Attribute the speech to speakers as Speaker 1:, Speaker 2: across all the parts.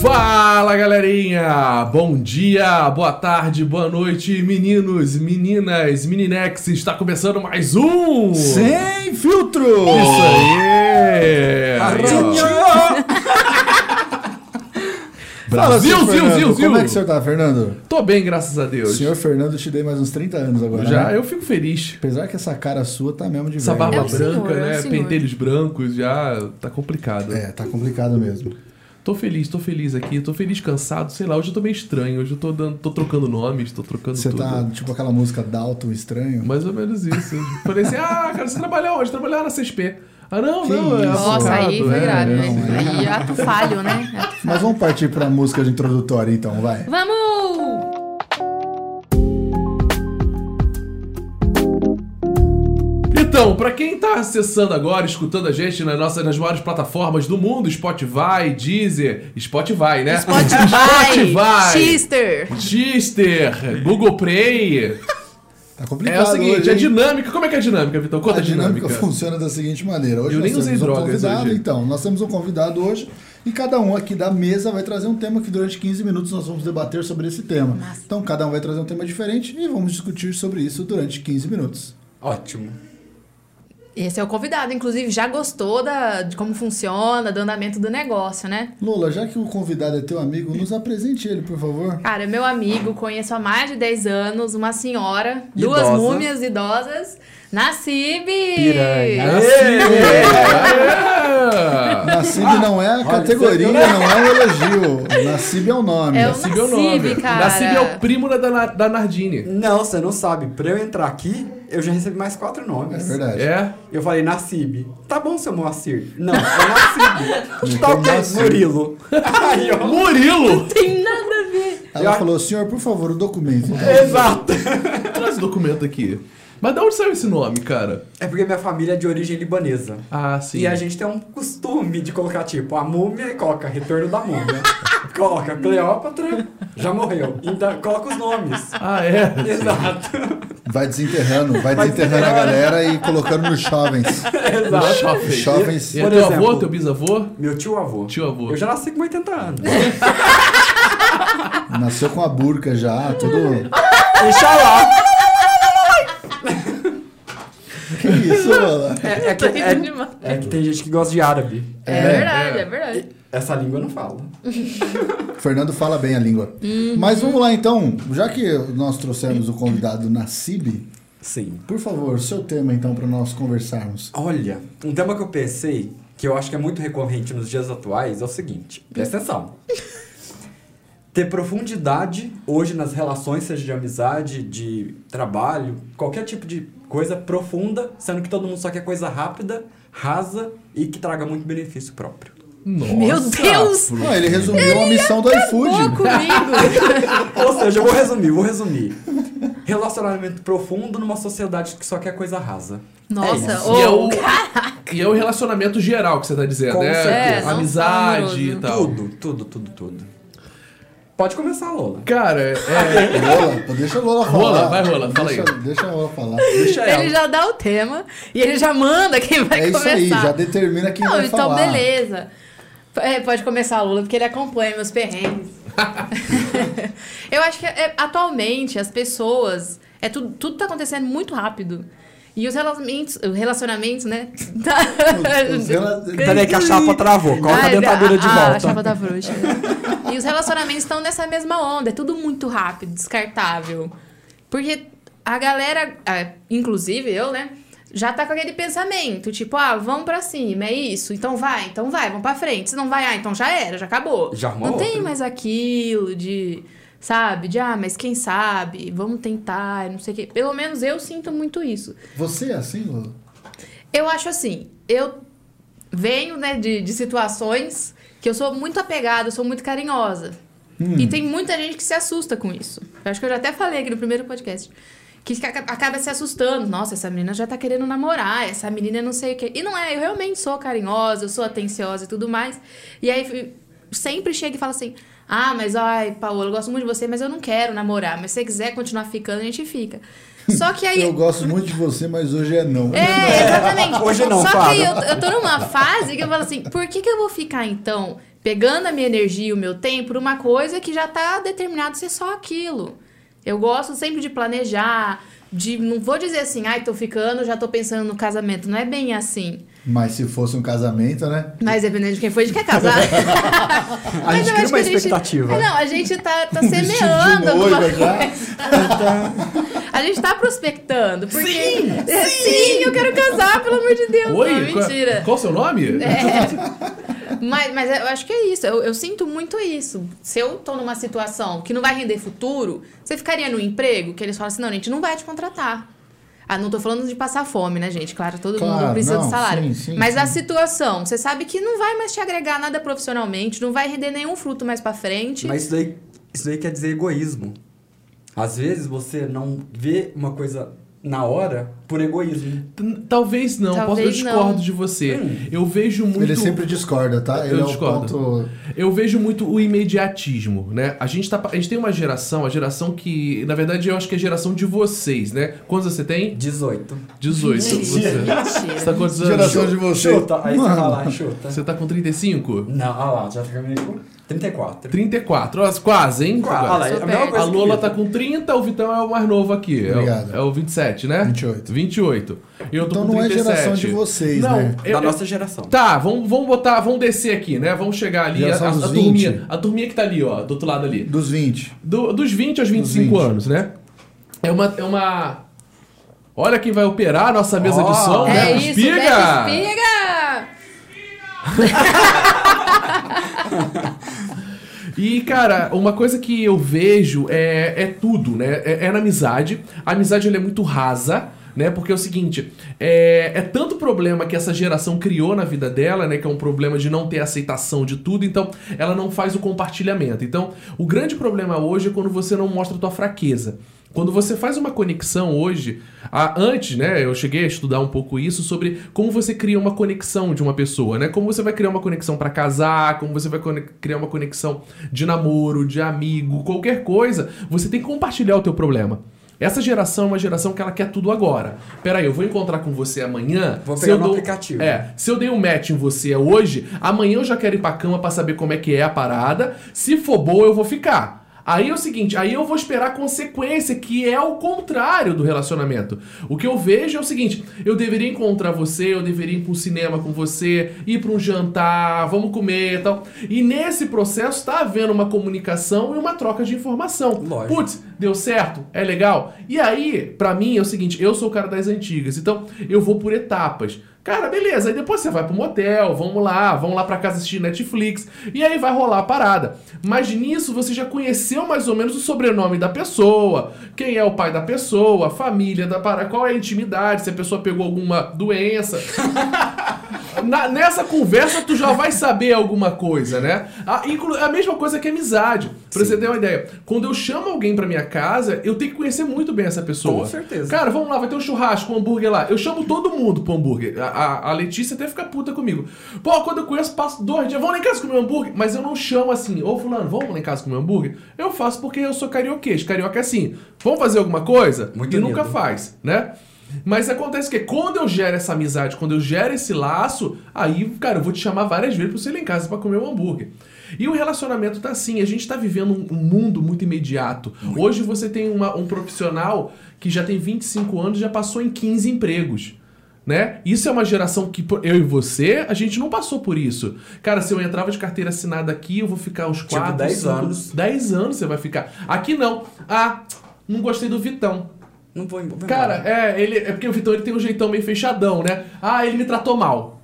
Speaker 1: Fala galerinha! Bom dia, boa tarde, boa noite, meninos, meninas, meninex, está começando mais um!
Speaker 2: Sem filtro!
Speaker 1: Isso aí! Brasil,
Speaker 2: Brasil,
Speaker 1: Brasil, Brasil,
Speaker 2: Como é que o
Speaker 1: Brasil!
Speaker 2: senhor tá, Fernando?
Speaker 1: Tô bem, graças a
Speaker 2: O
Speaker 1: Deus.
Speaker 2: senhor Fernando, te dei mais uns 30 anos agora.
Speaker 1: Já
Speaker 2: né?
Speaker 1: eu fico feliz.
Speaker 2: Apesar que essa cara sua tá mesmo de
Speaker 1: Essa
Speaker 2: velho,
Speaker 1: barba
Speaker 2: né?
Speaker 1: branca,
Speaker 3: o senhor, é o
Speaker 1: né?
Speaker 3: senhor.
Speaker 1: Pentelhos brancos, já tá complicado.
Speaker 2: É, tá complicado mesmo.
Speaker 1: Tô feliz, tô feliz aqui, tô feliz, cansado, sei lá, hoje eu tô meio estranho, hoje eu tô dando, tô trocando nomes, tô trocando
Speaker 2: Você
Speaker 1: tudo.
Speaker 2: tá tipo aquela música Dalton Estranho.
Speaker 1: Mais ou menos isso. Falei assim, ah, cara, você trabalhou onde? Trabalhar na CSP. Ah, não,
Speaker 2: Que
Speaker 1: não, é
Speaker 2: isso,
Speaker 3: Nossa,
Speaker 2: Complicado,
Speaker 1: advogado,
Speaker 3: aí foi
Speaker 1: é,
Speaker 3: grave. né?
Speaker 2: não, é.
Speaker 3: Aí ato falho, né? Ato falho.
Speaker 2: Mas vamos partir pra música de introdutória então, vai.
Speaker 3: Vamos!
Speaker 1: Então, pra quem tá acessando agora, escutando a gente nas nossas nas maiores plataformas do mundo, Spotify, Deezer, Spotify, né?
Speaker 3: Spotify!
Speaker 1: Spotify,
Speaker 3: Chister!
Speaker 1: Deezer, Google Play.
Speaker 2: Tá
Speaker 1: É
Speaker 2: complicado
Speaker 1: o seguinte,
Speaker 2: hoje,
Speaker 1: a
Speaker 2: hein?
Speaker 1: dinâmica, como é que é a dinâmica, Vitor? Conta
Speaker 2: a dinâmica
Speaker 1: dinâmica.
Speaker 2: funciona da seguinte maneira. Hoje
Speaker 1: Eu
Speaker 2: nós
Speaker 1: nem usei
Speaker 2: temos um
Speaker 1: drogas
Speaker 2: convidado,
Speaker 1: hoje.
Speaker 2: então. Nós temos um convidado hoje e cada um aqui da mesa vai trazer um tema que durante 15 minutos nós vamos debater sobre esse tema. Então cada um vai trazer um tema diferente e vamos discutir sobre isso durante 15 minutos.
Speaker 4: Ótimo.
Speaker 3: Esse é o convidado, inclusive, já gostou da, de como funciona, do andamento do negócio, né?
Speaker 2: Lula, já que o convidado é teu amigo, nos apresente ele, por favor.
Speaker 3: Cara, meu amigo, conheço há mais de 10 anos, uma senhora, duas
Speaker 4: Idosa.
Speaker 3: múmias idosas, É Nassib!
Speaker 4: Piranha.
Speaker 1: assim,
Speaker 3: é.
Speaker 1: É!
Speaker 2: Nassib não é a categoria,
Speaker 4: entendeu?
Speaker 2: não é um elogio. Nassib é o nome.
Speaker 3: É o
Speaker 1: Nascib é o nome.
Speaker 3: Nascib, cara.
Speaker 1: Nascib é o primo da, da, da Nardini.
Speaker 4: Não, você não sabe. Pra eu entrar aqui, eu já recebi mais quatro
Speaker 2: É
Speaker 4: nomes.
Speaker 2: verdade.
Speaker 1: É?
Speaker 4: Eu falei Nassib. Tá bom, seu Moacir. Não, é Nassib.
Speaker 1: é
Speaker 4: tá
Speaker 2: Então,
Speaker 4: ok,
Speaker 2: Nassib.
Speaker 4: Murilo. Aí, ó.
Speaker 1: Murilo!
Speaker 3: Tem nada a ver!
Speaker 2: Ela falou, senhor, por favor, o documento.
Speaker 1: É.
Speaker 4: Exato.
Speaker 1: Traz o documento aqui. Mas de onde saiu esse nome, cara?
Speaker 4: É porque minha família é de origem libanesa.
Speaker 1: Ah, sim.
Speaker 4: E a gente tem um costume de colocar, tipo, a múmia e coloca retorno da múmia. coloca Cleópatra, já morreu. Então, coloca os nomes.
Speaker 1: Ah, é?
Speaker 4: Exato.
Speaker 2: Vai desenterrando, vai desenterrando a galera e colocando nos jovens.
Speaker 1: Os
Speaker 4: Exato.
Speaker 1: Jovens.
Speaker 2: Jovens.
Speaker 1: Ah, E é
Speaker 4: Por
Speaker 1: teu
Speaker 4: exemplo-
Speaker 1: avô, teu bisavô?
Speaker 4: Meu tio avô.
Speaker 1: Tio avô.
Speaker 4: Eu já nasci com 80 anos.
Speaker 2: Nasceu com a burca já, tudo.
Speaker 4: Inxalá.
Speaker 2: Que isso, Lola?
Speaker 4: É, é que,
Speaker 3: Tô rindo
Speaker 4: é-
Speaker 3: demais.
Speaker 4: é que tem gente que gosta de árabe.
Speaker 3: É, verdade, é verdade.
Speaker 4: Essa língua eu não fala.
Speaker 2: Fernando fala bem a língua.
Speaker 3: Uhum.
Speaker 2: Mas vamos lá então, já que nós trouxemos o convidado Nassib,
Speaker 4: Sim.
Speaker 2: por favor, seu tema então para nós conversarmos.
Speaker 4: Olha, um tema que eu pensei, que eu acho que é muito recorrente nos dias atuais, é o seguinte: presta atenção. Ter profundidade hoje nas relações, seja de amizade, de trabalho, qualquer tipo de coisa profunda, sendo que todo mundo só quer coisa rápida, rasa e que traga muito benefício próprio.
Speaker 1: Nossa,
Speaker 3: Meu Deus!
Speaker 1: pro-
Speaker 2: Ah, ele resumiu a missão do
Speaker 3: Pô,
Speaker 2: iFood.
Speaker 3: comigo!
Speaker 4: Ou seja, eu vou resumir, vou resumir. Relacionamento profundo numa sociedade que só quer coisa rasa.
Speaker 3: Nossa,
Speaker 4: isso.
Speaker 3: ô,
Speaker 1: E é o- E é o relacionamento geral que você tá dizendo,
Speaker 4: Oh, Com
Speaker 1: né?
Speaker 4: certeza.
Speaker 3: É, não
Speaker 1: Amizade
Speaker 3: só
Speaker 1: e tal.
Speaker 4: Tudo, tudo, tudo, tudo. Pode começar, Lola.
Speaker 1: Cara, é.
Speaker 2: Lola, pô, deixa a Lola falar.
Speaker 1: Lola, vai, Lola, fala aí.
Speaker 2: deixa, Deixa a Lola falar.
Speaker 4: Deixa ela.
Speaker 3: Ele já dá o tema e ele já manda quem vai
Speaker 2: É isso
Speaker 3: começar.
Speaker 2: aí, já determina quem
Speaker 3: Não,
Speaker 2: vai
Speaker 3: então
Speaker 2: falar.
Speaker 3: beleza. É, pode começar, Lula, porque ele acompanha meus perrengues. Eu acho que é, atualmente as pessoas. É tudo, tudo tá acontecendo muito rápido. E os relacionamentos, os relacionamentos né? Tá...
Speaker 2: Os- os rela-
Speaker 4: Peraí que a chapa travou. Coloca a
Speaker 3: Ai,
Speaker 4: dentadura de
Speaker 3: ah,
Speaker 4: volta.
Speaker 3: A chapa tá frouxa. e os relacionamentos estão nessa mesma onda. É tudo muito rápido, descartável. Porque a galera, ah, inclusive eu, né? Já tá com aquele pensamento, tipo, ah, vamos pra cima, é isso. Então vai, então vai, vamos pra frente. Se não vai, ah, então já era, já acabou.
Speaker 4: Já arrumou
Speaker 3: Não tem
Speaker 4: outro.
Speaker 3: mais aquilo de, sabe? De, ah, mas quem sabe? Vamos tentar, não sei o quê. Pelo menos eu sinto muito isso.
Speaker 2: Você é assim, Lola?
Speaker 3: Eu acho assim, eu venho né, de, de situações que eu sou muito apegada, eu sou muito carinhosa. E tem muita gente que se assusta com isso. Eu acho que eu já até falei aqui no primeiro podcast. Que fica- acaba se assustando. Nossa, essa menina já tá querendo namorar, essa menina não sei o quê. E não é, eu realmente sou carinhosa, eu sou atenciosa e tudo mais. E aí f- sempre chega e fala assim: ah, mas ai, Paola, eu gosto muito de você, mas eu não quero namorar. Mas se você quiser continuar ficando, a gente fica. Só que aí.
Speaker 2: Eu gosto muito de você, mas hoje é não.
Speaker 3: É, exatamente.
Speaker 4: Hoje não,
Speaker 3: Só
Speaker 4: fada.
Speaker 3: que eu, eu tô numa fase que eu falo assim, por que, que eu vou ficar, então, pegando a minha energia e o meu tempo por uma coisa que já tá determinado ser só aquilo? Eu gosto sempre de planejar, de. Não vou dizer assim, ai, tô ficando, já tô pensando no casamento. Não é bem assim.
Speaker 2: Mas se fosse um casamento, né?
Speaker 3: Mas dependendo de quem foi, de quer casar.
Speaker 4: A gente cria uma expectativa.
Speaker 3: Não, a gente tá, tá
Speaker 2: Um vestido de
Speaker 3: semeando alguma
Speaker 2: noiva já.
Speaker 3: coisa. A gente tá prospectando, porque. Sim, eu quero casar, pelo amor de Deus. não,
Speaker 1: Oi? Qual- é-
Speaker 3: mentira.
Speaker 1: Qual o seu nome?
Speaker 4: É.
Speaker 3: Mas, mas eu acho que é isso. Eu, eu sinto muito isso. Se eu tô numa situação que não vai render futuro, você ficaria no emprego que eles falam assim: não, a gente não vai te contratar. Ah, não tô falando de passar fome, né, gente? Claro, todo
Speaker 2: Claro,
Speaker 3: mundo precisa
Speaker 2: não,
Speaker 3: de salário.
Speaker 2: sim, sim,
Speaker 3: mas a
Speaker 2: sim.
Speaker 3: situação, você sabe que não vai mais te agregar nada profissionalmente, não vai render nenhum fruto mais pra frente.
Speaker 4: Mas isso daí, isso daí quer dizer egoísmo. Às vezes você não vê uma coisa na hora por egoísmo.
Speaker 1: T- Talvez não,
Speaker 3: Talvez
Speaker 1: posso- eu discordo
Speaker 3: não.
Speaker 1: de você.
Speaker 4: Hum.
Speaker 1: Eu vejo muito.
Speaker 2: Ele sempre discorda, tá?
Speaker 1: Eu
Speaker 2: Ele é o
Speaker 1: discordo.
Speaker 2: ponto.
Speaker 1: Eu vejo muito o imediatismo, né? A gente, tá, pa- a gente tem uma geração, a geração que, na verdade, eu acho que é a geração de vocês, né? Quantos você tem?
Speaker 4: 18.
Speaker 1: 18. Você,
Speaker 3: Mentira,
Speaker 1: você
Speaker 3: mentira.
Speaker 1: tá com quantos anos?
Speaker 2: Geração de você.
Speaker 4: Chuta, aí você vai
Speaker 2: Mano,
Speaker 4: lá, chuta.
Speaker 1: Você tá com 35?
Speaker 4: Não, olha lá, já terminei com 34.
Speaker 1: 34, ó, quase, hein?
Speaker 4: Quase, olha lá, é
Speaker 3: Sou
Speaker 4: a mesma
Speaker 3: perto.
Speaker 1: A
Speaker 4: coisa que
Speaker 1: Lola
Speaker 4: eu.
Speaker 1: tá com 30, o Vitão é o mais novo aqui. é o-
Speaker 2: Obrigado.
Speaker 1: É o, 27, né?
Speaker 2: 28.
Speaker 1: 28. Eu tô
Speaker 2: Então
Speaker 1: com
Speaker 2: não é
Speaker 1: 37.
Speaker 2: geração de vocês,
Speaker 1: não,
Speaker 2: né?
Speaker 1: eu-
Speaker 4: Da
Speaker 1: eu-
Speaker 4: nossa geração.
Speaker 1: Tá, vamos, vamos botar, vamos descer aqui, né? Vamos chegar ali, a,
Speaker 2: Já
Speaker 1: a,
Speaker 2: são
Speaker 1: a
Speaker 2: uns 20.
Speaker 1: turminha, a turminha que tá ali, ó, do outro lado ali.
Speaker 2: Dos 20.
Speaker 1: Do- dos 20 aos 25
Speaker 2: 20.
Speaker 1: anos, né? É uma, é uma... Olha quem vai operar a nossa mesa
Speaker 4: Ó,
Speaker 1: de som,
Speaker 4: É
Speaker 1: né?
Speaker 3: É isso,
Speaker 1: Espiga!
Speaker 3: velho, espiga!
Speaker 1: E, cara, uma coisa que eu vejo é, é tudo, né? É, é na amizade. A amizade ela é muito rasa. Né? Porque é o seguinte, é, é tanto problema que essa geração criou na vida dela, né? Que é um problema de não ter aceitação de tudo, então ela não faz o compartilhamento. Então, o grande problema hoje é quando você não mostra a tua fraqueza. Quando você faz uma conexão hoje, a- antes, né, eu cheguei a estudar um pouco isso sobre como você cria uma conexão de uma pessoa, né? Como você vai criar uma conexão pra casar, como você vai cone- criar uma conexão de namoro, de amigo, qualquer coisa, você tem que compartilhar o teu problema. Essa geração é uma geração que ela quer tudo agora. Peraí, eu vou encontrar com você amanhã.
Speaker 4: Vou
Speaker 1: se
Speaker 4: pegar
Speaker 1: eu
Speaker 4: no
Speaker 1: dou-
Speaker 4: aplicativo.
Speaker 1: É, se eu dei um match em você hoje, amanhã eu já quero ir pra cama pra saber como é que é a parada. Se for boa, eu vou ficar. Aí é o seguinte, aí eu vou esperar a consequência, que é o contrário do relacionamento. O que eu vejo é o seguinte, eu deveria encontrar você, eu deveria ir para um cinema com você, ir pra um jantar, vamos comer e tal. E nesse processo tá havendo uma comunicação e uma troca de informação.
Speaker 4: Lógico.
Speaker 1: Putz, putz, deu certo, é legal. E aí, pra mim, é o seguinte, eu sou o cara das antigas, então eu vou por etapas. Cara, beleza, aí depois você vai pro motel, vamos lá, vamos lá pra casa assistir Netflix, e aí vai rolar a parada. Mas nisso você já conheceu mais ou menos o sobrenome da pessoa, quem é o pai da pessoa, a família da para qual é a intimidade, se a pessoa pegou alguma doença. Na- nessa conversa, tu já vai saber alguma coisa, né? A, inclu- a mesma coisa que amizade. Pra você ter uma ideia. Quando eu chamo alguém pra minha casa, eu tenho que conhecer muito bem essa pessoa.
Speaker 4: Com certeza.
Speaker 1: Cara, vamos lá, vai ter um churrasco, um hambúrguer lá. Eu chamo todo mundo pro hambúrguer. A, a- a Letícia até fica puta comigo. Pô, quando eu conheço, passo dois dias, vamos lá em casa comer um hambúrguer. Mas eu não chamo assim, ô fulano, vamos lá em casa comer um hambúrguer? Eu faço porque eu sou carioquês. Carioca é assim, vamos fazer alguma coisa?
Speaker 4: Muito
Speaker 1: e nunca
Speaker 4: unido.
Speaker 1: faz, né? Mas acontece que quando eu gero essa amizade, quando eu gero esse laço, aí, cara, eu vou te chamar várias vezes pra você ir lá em casa pra comer um hambúrguer. E o relacionamento tá assim, a gente tá vivendo um- um mundo muito imediato. Hoje você tem uma- um profissional que já tem 25 anos, já passou em 15 empregos. Né? Isso é uma geração que pô, eu e você, a gente não passou por isso. Cara, se eu entrava de carteira assinada aqui, eu vou ficar uns
Speaker 4: Tipo,
Speaker 1: 4,
Speaker 4: 10
Speaker 1: 5,
Speaker 4: anos.
Speaker 1: 10 anos você vai ficar. Aqui não. Ah, não gostei do Vitão.
Speaker 4: Não vou envolver.
Speaker 1: Cara,
Speaker 2: né?
Speaker 1: é, ele, é porque o Vitão ele tem um jeitão meio fechadão, né? Ah, ele me tratou mal.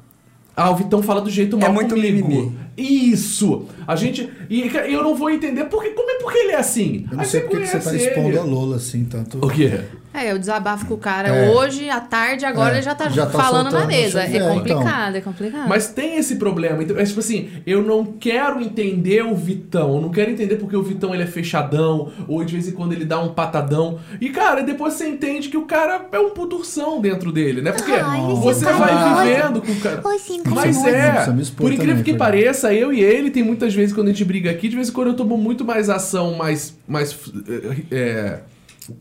Speaker 1: Ah, o Vitão fala do
Speaker 2: É
Speaker 1: jeito mal
Speaker 4: muito
Speaker 1: comigo.
Speaker 4: mimimi.
Speaker 1: Isso! A gente. E cara, eu não vou entender porque, como é porque ele é assim.
Speaker 2: Eu não
Speaker 1: Aí
Speaker 2: sei porque que você tá
Speaker 1: conhece
Speaker 2: expondo
Speaker 1: ele.
Speaker 2: a Lola assim tanto.
Speaker 1: O quê?
Speaker 3: É, eu desabafo com o cara
Speaker 2: É.
Speaker 3: hoje, à tarde, agora
Speaker 2: É,
Speaker 3: ele já tá,
Speaker 2: já tá
Speaker 3: falando na
Speaker 2: soltando,
Speaker 3: mesa.
Speaker 2: soltando.
Speaker 3: É
Speaker 2: É,
Speaker 3: complicado, é complicado.
Speaker 1: Mas tem esse problema. Então, é tipo assim, eu não quero entender o Vitão. Eu não quero entender porque o Vitão ele é fechadão, ou de vez em quando ele dá um patadão. E, cara, depois você entende que o cara é um puturção dentro dele, né? Porque
Speaker 3: Ah,
Speaker 5: Ai, esse
Speaker 1: você
Speaker 5: cara
Speaker 1: vai
Speaker 5: é
Speaker 1: vivendo com o cara.
Speaker 5: Oi, cinco
Speaker 1: Mas
Speaker 2: Você
Speaker 1: é,
Speaker 2: precisa me expor
Speaker 1: por incrível
Speaker 2: também,
Speaker 1: que
Speaker 2: Fernando.
Speaker 1: pareça, eu e ele tem muitas vezes quando a gente briga aqui, de vez em quando eu tomo muito mais ação, mais, mais eh, eh, é,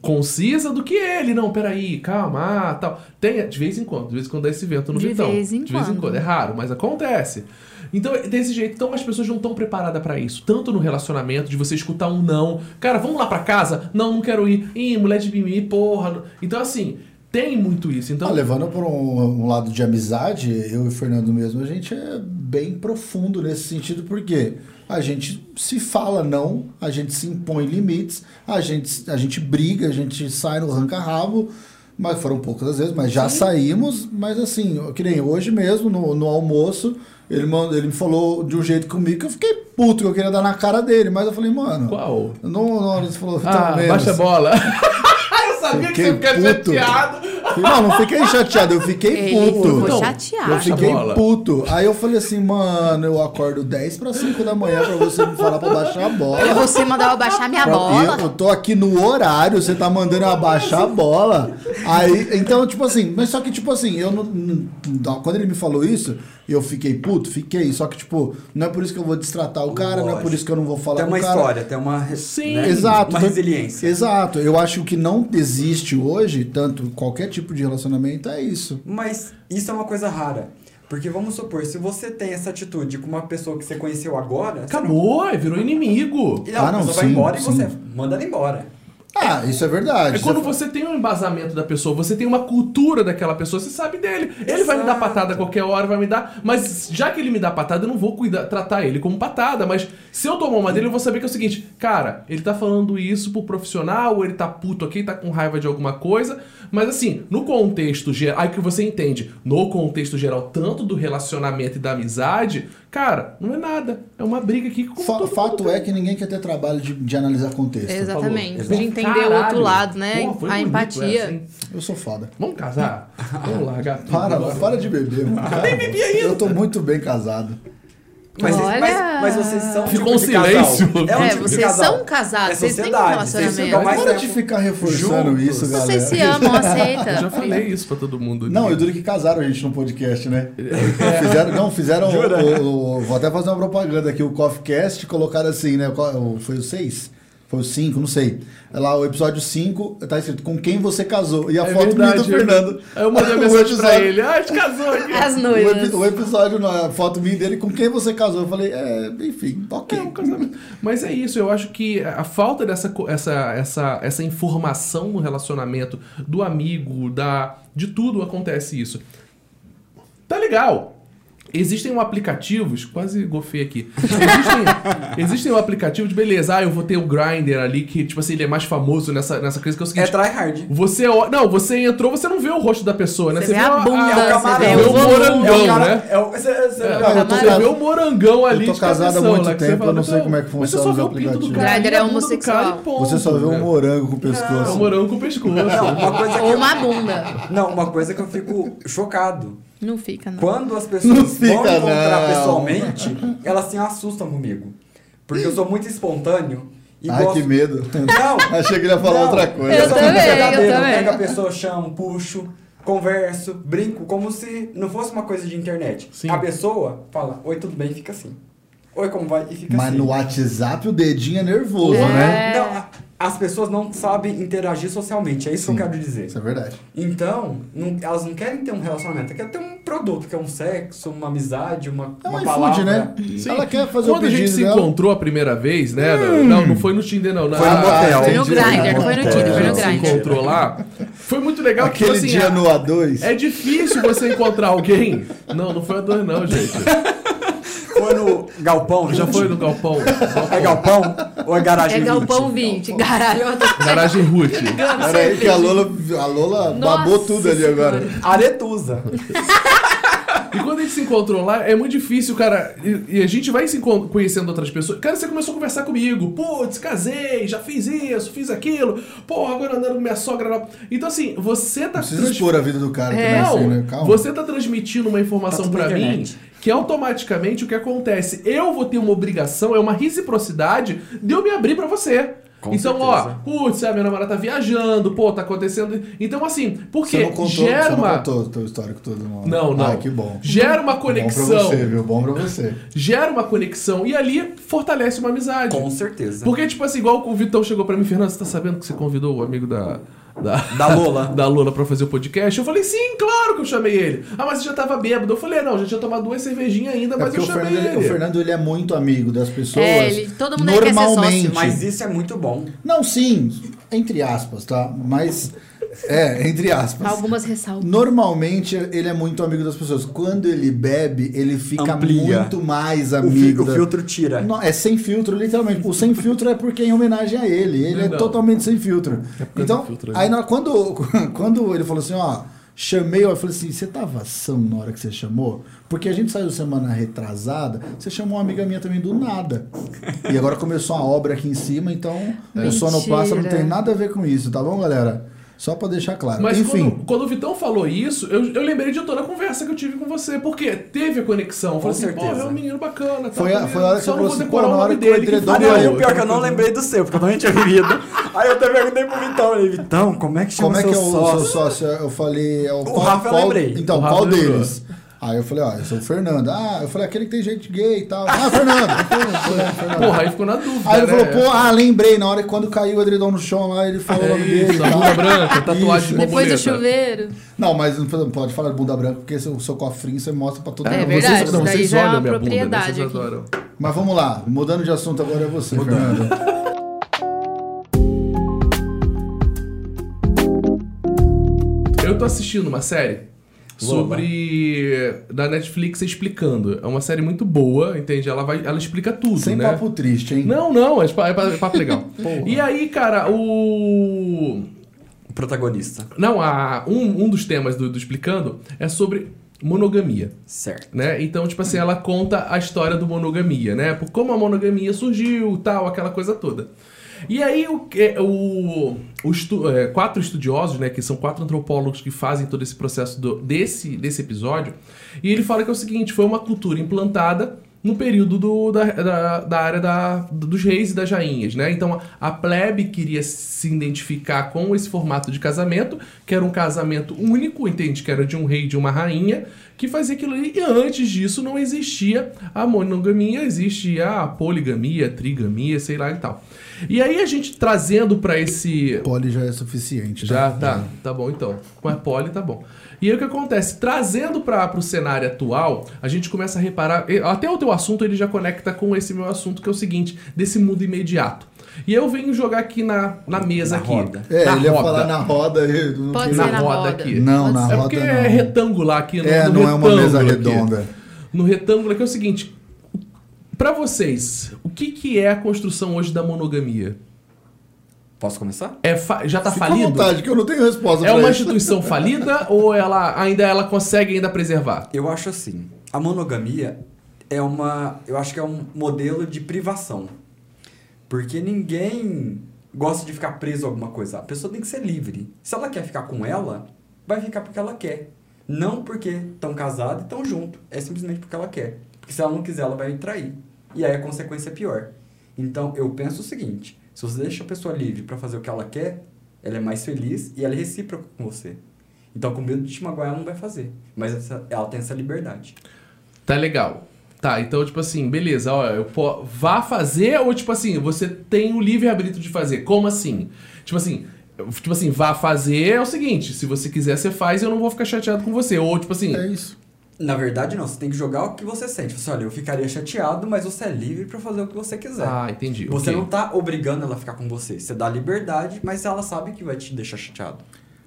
Speaker 1: concisa do que ele. Não, peraí, calma, ah, tal. Tem, de vez em quando, de vez em quando dá esse vento no
Speaker 3: De
Speaker 1: ventão.
Speaker 3: vez em
Speaker 1: de vez em
Speaker 3: quando.
Speaker 1: quando, é raro, mas acontece. Então, é desse jeito, então as pessoas não estão preparadas pra isso. Tanto no relacionamento, de você escutar um não. Cara, vamos lá pra casa? Não, não quero ir. Ih, mulher de mimimi, porra. não- Então, assim, tem muito isso. Então,
Speaker 2: Ah, levando por um, um lado de amizade, eu e o Fernando mesmo, a gente é bem profundo nesse sentido, porque a gente se fala não, a gente se impõe limites, a gente, a gente briga, a gente sai no ranca-rabo, mas foram poucas as vezes, mas já saímos, mas assim, que nem hoje mesmo, no, no almoço, ele, manda, ele me falou de um jeito comigo que eu fiquei puto, que eu queria dar na cara dele, mas eu falei, mano...
Speaker 1: qual?
Speaker 2: Não, não, ele falou... "Tá assim,
Speaker 1: Ah,
Speaker 2: "Talvez".
Speaker 1: baixa a bola. Eu sabia que
Speaker 2: Fiquei
Speaker 1: você fica
Speaker 2: puto.
Speaker 1: chateado.
Speaker 2: Não, não fiquei chateado, eu fiquei
Speaker 3: Ele
Speaker 2: puto.
Speaker 3: ficou
Speaker 1: Então,
Speaker 3: chateado.
Speaker 2: Eu
Speaker 1: Baixa a
Speaker 2: fiquei
Speaker 1: bola.
Speaker 2: puto. Aí eu falei assim, mano, eu acordo 10 para 5 da manhã pra você me falar pra baixar a
Speaker 3: Pra
Speaker 2: bola.
Speaker 3: você mandar eu baixar minha
Speaker 2: Pra-
Speaker 3: bola.
Speaker 2: e Eu tô aqui no horário, você tá mandando eu abaixar a bola. Aí, então, tipo assim, mas só que, tipo assim, eu não, não- Quando ele me falou isso, eu fiquei puto, fiquei. Só que, tipo, não é por isso que eu vou destratar o cara, não é por
Speaker 4: Lógico.
Speaker 2: isso que eu não vou falar
Speaker 4: Tem
Speaker 2: com
Speaker 4: uma
Speaker 2: o cara.
Speaker 4: história, tem uma.
Speaker 1: Sim,
Speaker 4: né,
Speaker 2: Exato.
Speaker 4: Uma
Speaker 2: Então,
Speaker 4: resiliência.
Speaker 2: Exato. Eu acho que não existe hoje, tanto qualquer tipo de relacionamento, é isso.
Speaker 4: Mas isso é uma coisa rara. Porque vamos supor, se você tem essa atitude com uma pessoa que você conheceu agora. você
Speaker 1: Acabou, é, virou inimigo.
Speaker 4: Não, e a
Speaker 2: Ah, não,
Speaker 4: pessoa vai
Speaker 2: sim,
Speaker 4: embora
Speaker 2: sim.
Speaker 4: e você manda ela embora.
Speaker 2: Ah, isso é verdade.
Speaker 1: É quando você tem um embasamento da pessoa, você tem uma cultura daquela pessoa, você sabe dele. Ele vai me dar
Speaker 4: Exato.
Speaker 1: patada a qualquer hora, vai me dar. Mas já que ele me dá patada, eu não vou cuidar, tratar ele como patada. Mas se eu tomar uma dele, eu vou saber que é o seguinte: cara, ele tá falando isso pro profissional, ou ele tá puto aqui, tá com raiva de alguma coisa. Mas assim, no contexto geral. Aí que você entende, no contexto geral, tanto do relacionamento e da amizade, cara, não é nada. É uma briga aqui que
Speaker 2: Fa- fato é que ninguém quer ter trabalho de, de analisar contexto.
Speaker 3: Exatamente.
Speaker 4: falou.
Speaker 3: De entender o
Speaker 1: Caralho.
Speaker 3: outro lado, né?
Speaker 1: Porra, foi
Speaker 3: a
Speaker 1: bonito é,
Speaker 3: empatia.
Speaker 1: essa, hein?
Speaker 2: Eu sou foda.
Speaker 1: Vamos casar? Vamos largar tudo
Speaker 2: Para,
Speaker 1: agora.
Speaker 2: para de beber. mano. Eu tô muito bem casado.
Speaker 4: Mas,
Speaker 3: Olha!
Speaker 4: mas, mas vocês são.
Speaker 1: Ficou
Speaker 4: um
Speaker 1: um
Speaker 4: tipo de casal.
Speaker 1: silêncio.
Speaker 4: um
Speaker 1: É,
Speaker 4: tipo de
Speaker 3: vocês
Speaker 4: casal.
Speaker 3: são casados,
Speaker 4: É
Speaker 3: vocês têm um
Speaker 4: sociedade,
Speaker 3: relacionamento.
Speaker 4: vocês ficam mais
Speaker 2: para de
Speaker 4: tempo
Speaker 2: ficar reforçando
Speaker 4: é juntos.
Speaker 2: isso, galera.
Speaker 3: Vocês se amam, aceita.
Speaker 1: Eu já falei isso pra todo mundo. né?
Speaker 2: Não, e duro que casaram a gente no podcast, né?
Speaker 1: É.
Speaker 2: Fizeram, não, fizeram. o- o- o- vou até fazer uma propaganda aqui. O CoffeeCast colocaram assim, né? o- o- Foi o 6? Foi o 5, não sei. É Lá o episódio 5 tá escrito com quem você casou. E a
Speaker 1: É
Speaker 2: foto minha e do
Speaker 1: verdade, eu-
Speaker 2: Fernando.
Speaker 1: Aí eu mandei
Speaker 2: O
Speaker 1: uma mensagem pra
Speaker 2: episódio-
Speaker 1: ele. Ah, a gente casou aqui.
Speaker 3: As
Speaker 2: O, epi-
Speaker 3: noivas.
Speaker 2: o episódio, na foto minha e dele, com quem você casou. Eu falei, é, enfim, ok.
Speaker 1: É um casamento. Mas é isso, eu acho que a falta dessa co- essa, essa, essa informação no relacionamento do amigo, da de tudo acontece isso. Tá legal. Existem um aplicativos, quase gofei aqui. Existem, existem um aplicativo de beleza. Ah, eu vou ter o Grindr ali, que, tipo assim, ele é mais famoso nessa, nessa crise que é o
Speaker 4: É
Speaker 1: seguinte.
Speaker 4: tryhard.
Speaker 1: Você ó- Não, você entrou, você não vê o rosto da pessoa, né?
Speaker 3: Você vê a bunda,
Speaker 4: É o camarão.
Speaker 1: Você vê o
Speaker 2: Um
Speaker 3: volume.
Speaker 1: morangão,
Speaker 4: é o cara,
Speaker 1: né?
Speaker 4: É o, cê, cê,
Speaker 1: É,
Speaker 4: não,
Speaker 2: eu tô
Speaker 1: você
Speaker 2: casado-
Speaker 1: vê o morangão ali
Speaker 2: eu tô
Speaker 1: de
Speaker 2: casado há
Speaker 1: cabeção,
Speaker 2: muito
Speaker 1: lá, que você
Speaker 2: tempo,
Speaker 1: fala,
Speaker 2: eu não sei
Speaker 1: "Não,
Speaker 2: como é que
Speaker 1: mas você
Speaker 2: funciona
Speaker 1: só
Speaker 2: os
Speaker 1: vê o pinto do
Speaker 2: aplicativos."
Speaker 1: cara.
Speaker 3: Grindr
Speaker 1: e a
Speaker 3: é
Speaker 1: bunda do
Speaker 3: homossexual.
Speaker 1: cara e ponto,
Speaker 2: Você só vê um
Speaker 1: né?
Speaker 2: morango com o pescoço.
Speaker 1: É um morango com o pescoço.
Speaker 4: não, uma coisa que
Speaker 3: Ou
Speaker 4: eu,
Speaker 3: uma bunda.
Speaker 4: não, uma coisa que eu fico chocado.
Speaker 3: Não fica, não.
Speaker 4: Quando as pessoas
Speaker 2: Não
Speaker 4: vão
Speaker 2: fica,
Speaker 4: encontrar
Speaker 2: não.
Speaker 4: pessoalmente, elas se assustam comigo. Porque eu sou muito espontâneo e
Speaker 2: Ai,
Speaker 4: gosto
Speaker 2: que medo.
Speaker 4: Não!
Speaker 2: Achei que ele ia falar
Speaker 4: não.
Speaker 2: outra coisa.
Speaker 3: Eu
Speaker 4: sou
Speaker 3: também,
Speaker 4: muito verdadeiro,
Speaker 2: né?
Speaker 3: eu também.
Speaker 4: Pego a pessoa, chamo, puxo, converso, brinco, como se não fosse uma coisa de internet.
Speaker 1: Sim.
Speaker 4: A pessoa fala, oi, tudo bem, e fica assim. Oi, como vai? E fica
Speaker 2: Mas
Speaker 4: assim.
Speaker 2: no WhatsApp o dedinho é nervoso,
Speaker 3: É.
Speaker 2: né?
Speaker 4: Não, a- as pessoas não sabem interagir socialmente, é isso
Speaker 2: Sim.
Speaker 4: que eu quero dizer.
Speaker 2: Isso é verdade.
Speaker 4: Então, não- elas não querem ter um relacionamento, elas querem ter um produto, que é um sexo, uma amizade, uma,
Speaker 2: É um
Speaker 4: uma
Speaker 2: iFood,
Speaker 4: palavra.
Speaker 2: né?
Speaker 1: Sim.
Speaker 2: Ela quer fazer
Speaker 1: Quando
Speaker 2: o
Speaker 1: a gente
Speaker 2: pedido
Speaker 1: se
Speaker 2: dela. Hum.
Speaker 1: encontrou a primeira vez, né? Não, não foi no Tinder, não. Na,
Speaker 4: Foi no motel.
Speaker 3: Foi no
Speaker 2: Ah, entendi. né? É.
Speaker 3: Grindr, foi no Tinder, foi
Speaker 1: a
Speaker 3: no
Speaker 1: gente se
Speaker 3: Grindr.
Speaker 1: encontrou lá. Foi muito legal que, tipo
Speaker 2: Aquele
Speaker 1: assim,
Speaker 2: dia
Speaker 1: a-
Speaker 2: no A2.
Speaker 1: É difícil você encontrar alguém. Não, não foi a dois, não, gente.
Speaker 4: Foi no galpão,
Speaker 1: Já
Speaker 4: gente?
Speaker 1: foi no galpão.
Speaker 4: É galpão ou é garagem
Speaker 3: É galpão
Speaker 4: 20?
Speaker 3: 20. Garagem, eu tô
Speaker 1: Garagem Ruth.
Speaker 2: Era aí que a Lola, a Lola
Speaker 3: Nossa
Speaker 2: babou tudo ali agora.
Speaker 4: Aretusa.
Speaker 1: E quando a gente se encontrou lá, é muito difícil, cara. E, e a gente vai se encon- conhecendo outras pessoas. Cara, você começou a conversar comigo. Putz, casei, já fiz isso, fiz aquilo. Porra, agora andando com minha sogra. lá. Então, assim, você tá.
Speaker 2: Não precisa
Speaker 1: trans- É,
Speaker 2: expor a vida do cara também,
Speaker 1: Não,
Speaker 2: assim, né? Calma.
Speaker 1: você tá transmitindo uma informação
Speaker 4: Tá tudo
Speaker 1: pra
Speaker 4: na
Speaker 1: mim
Speaker 4: internet.
Speaker 1: que automaticamente o que acontece? Eu vou ter uma obrigação, é uma reciprocidade de eu me abrir pra você.
Speaker 4: Com
Speaker 1: então,
Speaker 4: certeza.
Speaker 1: ó, putz, a minha namorada tá viajando, pô, tá acontecendo. Então, assim, por
Speaker 2: Você
Speaker 1: quê?
Speaker 2: não contou, você
Speaker 1: gera
Speaker 2: não
Speaker 1: uma.
Speaker 2: contou o teu histórico todo mundo.
Speaker 1: Não, não.
Speaker 2: Ah, que bom.
Speaker 1: Gera uma conexão.
Speaker 2: Bom pra você, viu? Bom pra você.
Speaker 1: Gera uma conexão. E ali fortalece uma amizade.
Speaker 4: Com certeza.
Speaker 1: Porque, tipo assim, igual o Vitão chegou pra mim, Fernando, você tá sabendo que você convidou o amigo da. Da,
Speaker 4: Da Lola.
Speaker 1: da Lola pra fazer o podcast? Eu falei, sim, claro que eu chamei ele. Ah, mas você já tava bêbado. Eu falei, "É, não, já tinha tomado duas cervejinhas ainda,
Speaker 2: É
Speaker 1: mas
Speaker 2: porque
Speaker 1: eu
Speaker 2: o
Speaker 1: chamei
Speaker 2: Fernando, ele-
Speaker 1: ele.
Speaker 2: o Fernando, ele é muito amigo das pessoas.
Speaker 3: É, ele- todo mundo quer ser sócio.
Speaker 2: normalmente.
Speaker 4: Mas isso é muito bom.
Speaker 2: Não, sim, entre aspas, tá? Mas. É, entre aspas.
Speaker 3: Algumas ressalvas.
Speaker 2: Normalmente ele é muito amigo das pessoas. Quando ele bebe, ele fica
Speaker 4: Amplia.
Speaker 2: muito mais
Speaker 4: O, fi-
Speaker 2: amigo.
Speaker 4: o
Speaker 2: da-
Speaker 4: filtro tira.
Speaker 2: Não, é sem filtro, literalmente. O sem filtro é porque é em homenagem a ele. Ele é
Speaker 1: Não.
Speaker 2: totalmente sem filtro.
Speaker 1: causa
Speaker 2: então,
Speaker 1: do filtro, né?
Speaker 2: aí na- quando, quando ele falou assim, ó, chamei, eu falei assim, você tava são na hora que você chamou? Porque a gente saiu semana retrasada, você chamou uma amiga minha também do nada. E agora começou a obra aqui em cima, então o sono pássaro não
Speaker 3: Mentira.
Speaker 2: tem nada a ver com isso, tá bom, galera? Só pra deixar claro.
Speaker 1: Mas
Speaker 2: Enfim.
Speaker 1: quando, quando o Vitão falou isso, eu, eu lembrei de toda a conversa que eu tive com você, porque teve a conexão. Eu falei
Speaker 4: Com
Speaker 1: assim, pô,
Speaker 4: certeza.
Speaker 1: é um menino bacana. Tá
Speaker 2: Foi a-
Speaker 1: bonito,
Speaker 2: foi a hora que
Speaker 1: só
Speaker 2: você
Speaker 1: não
Speaker 2: falou
Speaker 1: vou
Speaker 2: assim,
Speaker 1: decorar
Speaker 2: pô, na
Speaker 1: o
Speaker 2: hora
Speaker 1: nome
Speaker 2: que o
Speaker 1: dele. que
Speaker 2: edredom
Speaker 1: fala-
Speaker 4: Ah, não, e o
Speaker 2: Valeu.
Speaker 4: pior é que eu não lembrei do seu, porque eu também tinha vivido. Aí eu até perguntei pro Vitão, eu falei, Vitão, como é que chama
Speaker 2: Como é que
Speaker 4: seu
Speaker 2: eu sou
Speaker 4: sócio?
Speaker 2: sócio? Eu falei, é o, qual-
Speaker 4: Rafa eu
Speaker 2: qual-
Speaker 4: lembrei.
Speaker 2: Então,
Speaker 1: O Rafa
Speaker 2: qual
Speaker 1: lembrou.
Speaker 2: deles? Aí eu falei, ó, eu sou o Fernando. Ah, eu falei, aquele que tem gente gay e tal. Ah, Fernando. Fernando, Fernando.
Speaker 1: Porra, aí ficou na dúvida.
Speaker 2: Aí ele
Speaker 1: né?
Speaker 2: falou, pô, ah, lembrei, na hora que quando caiu o edredom no chão lá, ele falou o nome
Speaker 1: É
Speaker 2: dele. e
Speaker 1: isso, a
Speaker 2: tal.
Speaker 1: bunda branca, tatuagem de
Speaker 2: Isso.
Speaker 3: Depois
Speaker 1: borboleta.
Speaker 3: do chuveiro.
Speaker 2: Não, mas não pode falar de bunda branca, porque seu, seu cofrinho você mostra pra todo
Speaker 3: É
Speaker 2: mundo.
Speaker 3: verdade,
Speaker 1: Vocês, não,
Speaker 3: isso daí
Speaker 1: vocês
Speaker 3: já é
Speaker 1: olham
Speaker 3: uma
Speaker 1: minha bunda, né?
Speaker 3: propriedade
Speaker 1: vocês
Speaker 3: aqui.
Speaker 1: adoram.
Speaker 2: Mas vamos lá, mudando de assunto agora é você, Fernando.
Speaker 1: Eu tô assistindo uma série
Speaker 4: Lola.
Speaker 1: sobre. eh, da Netflix explicando. É uma série muito boa, entende? Ela, vai, ela explica tudo,
Speaker 2: Sem
Speaker 1: né?
Speaker 2: papo triste, hein?
Speaker 1: Não, não, é pa- é pa- é papo legal. e aí, cara, o.
Speaker 4: O protagonista.
Speaker 1: Não, a, um, um dos temas do, do Explicando é sobre monogamia,
Speaker 4: Certo.
Speaker 1: né? Então, tipo assim, ela conta a história do monogamia, né? Por como a monogamia surgiu, tal, aquela coisa toda. E aí, o, que- o, o estu- é, quatro estudiosos, né? Que são quatro antropólogos que fazem todo esse processo do- desse, desse episódio. E ele fala que é o seguinte, foi uma cultura implantada no período do- da, da- da área da- dos reis e das rainhas, né? Então a plebe queria se identificar com esse formato de casamento, que era um casamento único, entende? Que era de um rei e de uma rainha, que fazia aquilo ali. E antes disso não existia a monogamia, existia a poligamia, trigamia, sei lá e tal. E aí a gente trazendo para esse
Speaker 2: Poli já é suficiente.
Speaker 1: já tá, tá bom então. Com a poli tá bom. E aí o que acontece? Trazendo para pro cenário atual, a gente começa a reparar, eh, até o teu assunto ele já conecta com esse meu assunto que é o seguinte, desse mundo imediato. E eu venho jogar aqui na, na mesa
Speaker 4: Na
Speaker 1: aqui.
Speaker 4: roda.
Speaker 2: É,
Speaker 1: na
Speaker 2: ele ia
Speaker 1: roda.
Speaker 2: falar na roda. eu não
Speaker 3: Pode
Speaker 2: queria-
Speaker 1: Na
Speaker 3: ser na
Speaker 1: roda
Speaker 3: roda.
Speaker 1: aqui.
Speaker 2: Não, na
Speaker 1: É
Speaker 2: roda
Speaker 1: porque é
Speaker 2: não.
Speaker 1: retangular aqui, né? no,
Speaker 2: É,
Speaker 1: no
Speaker 2: não é uma mesa
Speaker 1: retângulo aqui.
Speaker 2: redonda.
Speaker 1: No retângulo aqui é o seguinte, Pra vocês, o que que é a construção hoje da monogamia?
Speaker 4: Posso começar?
Speaker 1: É fa- já tá
Speaker 2: Fica à
Speaker 1: falido?
Speaker 2: vontade, que eu não tenho resposta
Speaker 1: É
Speaker 2: pra
Speaker 1: uma
Speaker 2: isso.
Speaker 1: instituição falida ou ela ainda ela consegue ainda preservar?
Speaker 4: Eu acho assim, a monogamia é uma, eu acho que é um modelo de privação. Porque ninguém gosta de ficar preso a alguma coisa. A pessoa tem que ser livre. Se ela quer ficar com ela, vai ficar porque ela quer. Não porque estão casados e estão juntos. É simplesmente porque ela quer. Porque se ela não quiser, ela vai trair. E aí a consequência é pior. Então eu penso o seguinte: se você deixa a pessoa livre para fazer o que ela quer, ela é mais feliz e ela é recíproca com você. Então, com medo de te magoar, ela não vai fazer. Mas essa- ela tem essa liberdade.
Speaker 1: Tá legal. Tá, então, tipo assim, beleza, ó, eu po- vá fazer ou, tipo assim, você tem o livre-arbítrio de fazer? Como assim? Tipo assim, eu- tipo assim, vá fazer é o seguinte, se você quiser, você faz eu não vou ficar chateado com você. Ou, tipo assim,
Speaker 2: É isso.
Speaker 4: Na verdade, não. Você tem que jogar o que você sente. Você, olha, eu ficaria chateado, mas você é livre para fazer o que você quiser.
Speaker 1: ah, entendi.
Speaker 4: você
Speaker 1: ok.
Speaker 4: não tá obrigando ela a ficar com você. Você dá liberdade, mas ela sabe que vai te deixar chateado.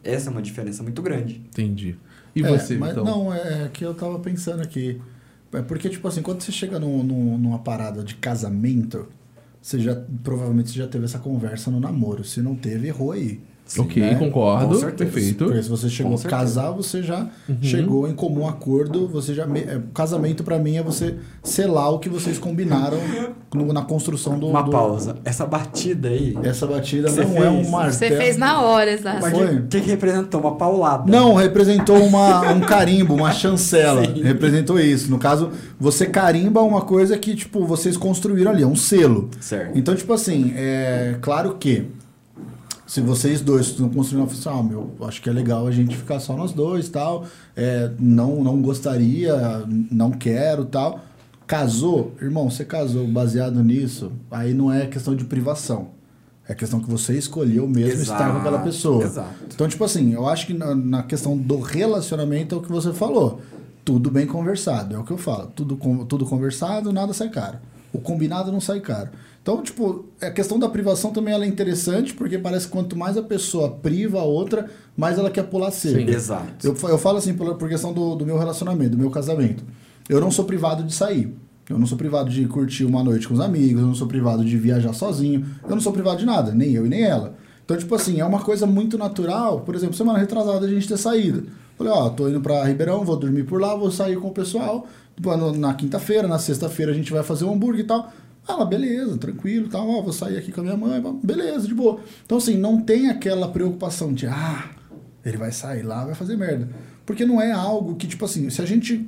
Speaker 4: Essa é uma diferença muito grande.
Speaker 1: Entendi. E
Speaker 2: É,
Speaker 1: você,
Speaker 2: mas
Speaker 1: então?
Speaker 2: Não, é é que eu tava pensando aqui. É porque, tipo assim, quando você chega num- num- numa parada de casamento, você já, provavelmente você já teve essa conversa no namoro. Se não teve, errou aí.
Speaker 4: Sim,
Speaker 1: ok,
Speaker 2: né?
Speaker 4: Com
Speaker 1: concordo.
Speaker 4: certeza.
Speaker 1: Perfeito.
Speaker 2: Porque se você chegou
Speaker 4: Com
Speaker 2: a
Speaker 4: certeza.
Speaker 2: casar, você já
Speaker 1: Uhum.
Speaker 2: chegou em comum acordo, você já me- é, casamento pra mim é você selar o que vocês combinaram no- na construção do
Speaker 4: Uma
Speaker 2: do-
Speaker 4: pausa. Essa batida aí.
Speaker 2: Essa batida
Speaker 4: Você
Speaker 2: não é um
Speaker 4: fez.
Speaker 2: martelo.
Speaker 3: Você fez na hora, exato.
Speaker 4: Mas
Speaker 2: Foi?
Speaker 4: o que, que representou? Uma paulada.
Speaker 2: Não, representou uma, um carimbo, uma chancela. Representou isso. No caso, você carimba uma coisa que, tipo, vocês construíram ali, é um selo.
Speaker 4: Certo.
Speaker 2: Então, tipo assim, é claro que se vocês dois estão construindo uma função, ah, meu, acho que é legal a gente ficar só nós dois tal, é, não, não gostaria, não quero tal. Casou, irmão, você casou baseado nisso, aí não é questão de privação. É questão que você escolheu mesmo estar com aquela
Speaker 4: Exato,
Speaker 2: pessoa.
Speaker 4: exato.
Speaker 2: Então, tipo assim, eu acho que na, na questão do relacionamento é o que você falou. Tudo bem conversado, é o que eu falo. Tudo, con- tudo conversado, nada sai caro. O combinado não sai caro. Então, tipo, a questão da privação também ela é interessante, porque parece que quanto mais a pessoa priva a outra, mais ela quer pular cerca.
Speaker 4: Sim. Exato.
Speaker 2: Eu, fa- eu falo assim pela, por questão do, do meu relacionamento, do meu casamento. Eu não sou privado de sair. Eu não sou privado de curtir uma noite com os amigos, eu não sou privado de viajar sozinho, eu não sou privado de nada, nem eu e nem ela. Então, tipo assim, é uma coisa muito natural, por exemplo, semana retrasada a gente ter saído. Falei, ó, tô indo pra Ribeirão, vou dormir por lá, vou sair com o pessoal. Tipo, no- Na quinta-feira, na sexta-feira a gente vai fazer um hambúrguer e tal. Ela, beleza, tranquilo, tal, ó, vou sair aqui com a minha mãe, beleza, de boa. Então, assim, não tem aquela preocupação de, ah, ele vai sair lá, vai fazer merda. Porque não é algo que, tipo assim, se a gente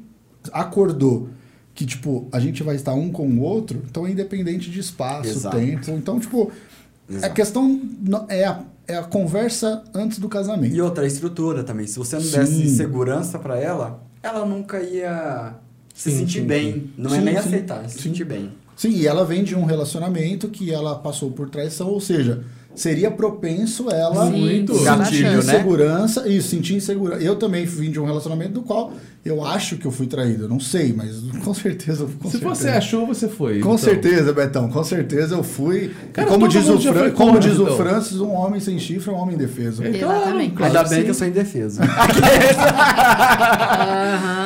Speaker 2: acordou que, tipo, a gente vai estar um com o outro, então é independente de espaço,
Speaker 4: Exato.
Speaker 2: tempo. Então, tipo, a
Speaker 4: Exato.
Speaker 2: questão no- é a, é a conversa antes do casamento.
Speaker 4: E outra a estrutura também. Se você não
Speaker 2: Sim.
Speaker 4: desse segurança pra ela, ela nunca ia se
Speaker 1: Sim,
Speaker 4: sentir
Speaker 1: sim,
Speaker 4: bem. Não é
Speaker 2: Sim,
Speaker 4: nem
Speaker 2: sim.
Speaker 4: aceitar, é se
Speaker 2: Sim.
Speaker 4: sentir bem.
Speaker 2: Sim, e ela vem de um relacionamento que ela passou por traição, ou seja, seria propenso ela
Speaker 3: Sim, Muito.
Speaker 2: sentir
Speaker 4: Gatilho, né?
Speaker 2: insegurança e sentir insegurança. Eu também vim de um relacionamento do qual eu acho que eu fui traído, eu não sei, mas com certeza. Com
Speaker 1: Se
Speaker 2: certeza.
Speaker 1: você achou, você foi.
Speaker 2: Com
Speaker 1: então.
Speaker 2: certeza, Betão, com certeza eu fui.
Speaker 1: Cara,
Speaker 2: como
Speaker 1: todo
Speaker 2: diz, o,
Speaker 1: mundo já
Speaker 2: Fran-
Speaker 1: foi
Speaker 2: como
Speaker 1: contra,
Speaker 2: diz o
Speaker 1: então.
Speaker 2: Francis, um homem sem chifre é um homem indefeso.
Speaker 1: É,
Speaker 3: Exatamente.
Speaker 1: claro,
Speaker 4: Ainda
Speaker 1: claro
Speaker 4: bem que eu
Speaker 1: sim.
Speaker 4: sou indefeso.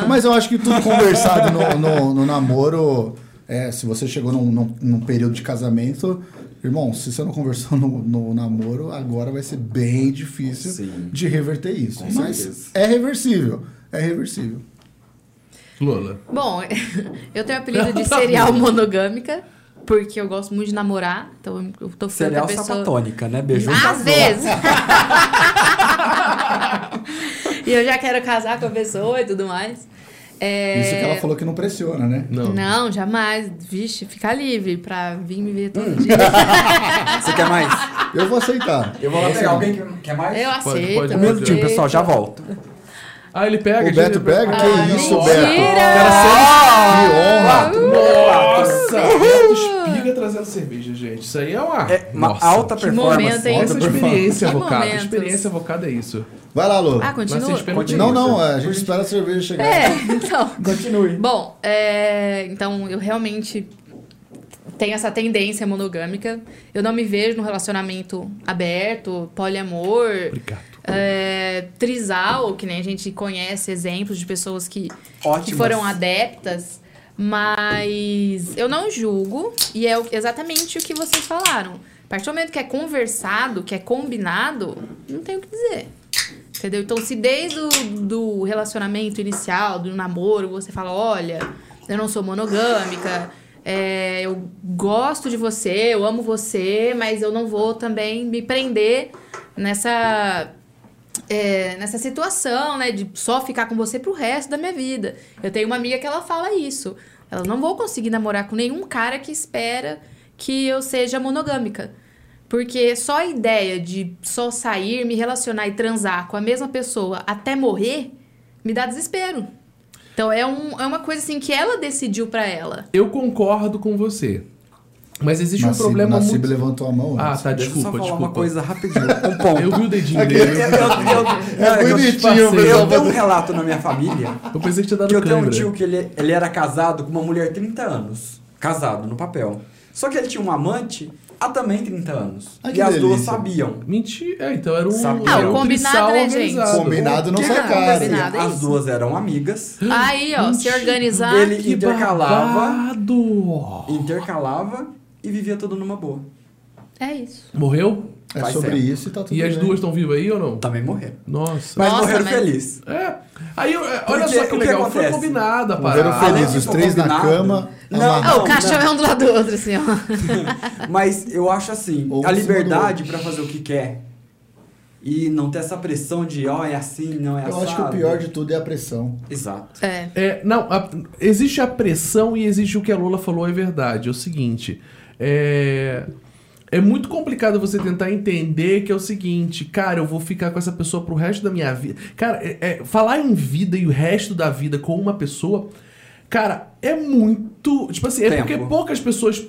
Speaker 2: Mas eu acho que tudo conversado no, no- no namoro, é, se você chegou num, num- num período de casamento, irmão, se você não conversou no, no namoro, agora vai ser bem difícil
Speaker 4: Sim.
Speaker 2: de reverter isso.
Speaker 4: Com
Speaker 2: Mas
Speaker 4: certeza.
Speaker 2: é reversível. É reversível.
Speaker 1: Lola.
Speaker 3: Bom, eu tenho o apelido de serial monogâmica, porque eu gosto muito de namorar. Então eu tô ficando com a
Speaker 4: Cereal
Speaker 3: pessoa.
Speaker 4: sapatônica, né? Beijou
Speaker 3: Às
Speaker 4: casou.
Speaker 3: vezes! e eu já quero casar com a pessoa e tudo mais. É...
Speaker 2: Isso que ela falou que não pressiona, né?
Speaker 1: Não.
Speaker 3: Não, jamais. Vixe, fica livre pra vir me ver
Speaker 1: Hum.
Speaker 3: todo dia.
Speaker 4: Você quer mais?
Speaker 2: Eu vou aceitar. é
Speaker 4: Eu vou lá pegar alguém que quer mais?
Speaker 3: Eu
Speaker 1: Pode-
Speaker 3: aceito.
Speaker 1: pode-
Speaker 3: eu
Speaker 1: Um
Speaker 4: Minutinho,
Speaker 3: aceito.
Speaker 4: pessoal, já volto.
Speaker 1: Ah, ele pega.
Speaker 2: O
Speaker 1: gente,
Speaker 2: Beto
Speaker 1: ele-
Speaker 2: pega?
Speaker 1: Ah,
Speaker 2: Que
Speaker 3: Ah,
Speaker 2: isso, Beto?
Speaker 4: Era
Speaker 2: Que honra!
Speaker 1: Nossa! Beto Espiga trazendo cerveja, gente. Isso aí é uma...
Speaker 4: só! É uma
Speaker 1: Nossa.
Speaker 4: alta
Speaker 3: Que
Speaker 4: performance.
Speaker 3: momento, hein?
Speaker 1: Essa é
Speaker 2: Volta, por
Speaker 1: experiência
Speaker 3: favor.
Speaker 1: avocada.
Speaker 3: Que momentos.
Speaker 1: Experiência avocada é isso.
Speaker 2: Vai lá, Lu.
Speaker 3: Ah,
Speaker 1: Mas você
Speaker 3: continua?
Speaker 1: espera um
Speaker 4: Continua.
Speaker 2: Não,
Speaker 1: pouquinho.
Speaker 2: não, é, a gente espera a cerveja chegar.
Speaker 3: É, então.
Speaker 4: Continue.
Speaker 3: Bom, é, então eu realmente tenho essa tendência monogâmica. Eu não me vejo num relacionamento aberto, poliamor,
Speaker 1: Obrigado.
Speaker 3: é, trisal, que nem a gente conhece exemplos de pessoas que,
Speaker 4: Ótimas.
Speaker 3: que foram adeptas. Mas eu não julgo, e é o- exatamente o que vocês falaram. A partir do momento que é conversado, que é combinado, não tem o que dizer. Entendeu? Então, se desde o do relacionamento inicial, do namoro, você fala: olha, eu não sou monogâmica, é, eu gosto de você, eu amo você, mas eu não vou também me prender nessa. é, nessa situação, né, de só ficar com você pro resto da minha vida. Eu tenho uma amiga que ela fala isso. Ela não vou conseguir namorar com nenhum cara que espera que eu seja monogâmica. Porque só a ideia de só sair, me relacionar e transar com a mesma pessoa até morrer me dá desespero. Então é, um, é uma coisa assim que ela decidiu pra ela.
Speaker 1: Eu concordo com você. Mas existe um
Speaker 2: Nassib-
Speaker 1: problema
Speaker 2: Nassib
Speaker 1: muito...
Speaker 2: levantou a mão. né?
Speaker 1: Ah,
Speaker 2: antes.
Speaker 1: tá,
Speaker 4: Deixa eu só
Speaker 1: desculpa,
Speaker 4: falar
Speaker 1: desculpa.
Speaker 4: uma coisa rapidinho. Um ponto.
Speaker 1: Eu vi o dedinho dele. eu É vi o dedinho. um
Speaker 4: Cara, que eu te
Speaker 2: bonitinho,
Speaker 4: passei.
Speaker 2: velho.
Speaker 4: Eu tenho um relato na minha família
Speaker 1: Eu pensei que tinha
Speaker 4: que
Speaker 1: dado
Speaker 4: eu tenho um
Speaker 1: câmera.
Speaker 4: tio que ele, ele era casado com uma mulher 30 anos. Casado, no papel. Só que ele tinha um amante há também 30 anos.
Speaker 2: Ai, que
Speaker 4: e as duas
Speaker 2: delícia.
Speaker 4: sabiam.
Speaker 1: Mentira. É, então era um...
Speaker 4: Sabe.
Speaker 1: era
Speaker 4: Ah, o
Speaker 1: um
Speaker 3: combinado,
Speaker 1: trisal
Speaker 3: né,
Speaker 1: organizado.
Speaker 3: gente?
Speaker 2: Combinado não
Speaker 4: O que
Speaker 2: sai
Speaker 4: que
Speaker 2: caro.
Speaker 4: acontecia?
Speaker 3: Combinado, é
Speaker 4: As
Speaker 3: isso.
Speaker 4: duas eram amigas,
Speaker 3: Aí, ó, se
Speaker 1: Mentira.
Speaker 3: organizar.
Speaker 4: Ele-
Speaker 1: Que
Speaker 4: intercalava.
Speaker 1: babado.
Speaker 2: Oh.
Speaker 4: intercalava e vivia tudo numa boa.
Speaker 3: É isso.
Speaker 1: Morreu?
Speaker 2: É
Speaker 4: Faz
Speaker 2: sobre
Speaker 4: certo.
Speaker 2: isso e tá tudo
Speaker 1: E as
Speaker 2: bem.
Speaker 1: duas estão vivas aí ou não?
Speaker 4: Também morreram.
Speaker 1: Nossa.
Speaker 4: Mas
Speaker 3: Nossa,
Speaker 4: morreram
Speaker 3: mas-
Speaker 4: felizes.
Speaker 1: É. Aí, eu- é, olha
Speaker 4: Porque
Speaker 1: só que
Speaker 4: o que
Speaker 1: legal. Foi
Speaker 4: acontece?
Speaker 1: combinada a
Speaker 2: Morreram
Speaker 1: parada.
Speaker 4: Além
Speaker 2: felizes,
Speaker 4: disso,
Speaker 2: os três na
Speaker 4: combinado.
Speaker 2: cama,
Speaker 4: Não,
Speaker 3: Ah,
Speaker 4: não.
Speaker 2: amarrado.
Speaker 3: o caixão é um do lado do outro, assim, ó.
Speaker 4: Mas eu acho assim,
Speaker 2: Ou
Speaker 4: a
Speaker 2: um em cima do
Speaker 4: liberdade
Speaker 2: outro.
Speaker 4: pra fazer o que quer. E não ter essa pressão de, ó, é assim, não é assim.
Speaker 2: Eu acho que o pior de tudo é a pressão.
Speaker 4: Exato.
Speaker 3: É.
Speaker 1: É, não, a- existe a pressão e existe o que a Lola falou, é verdade. É o seguinte, é... É muito complicado você tentar entender que é o seguinte, cara, eu vou ficar com essa pessoa pro resto da minha vida. Cara, é- é, falar em vida e o resto da vida com uma pessoa, cara, é muito. Tipo assim, é
Speaker 4: Tempo.
Speaker 1: porque poucas pessoas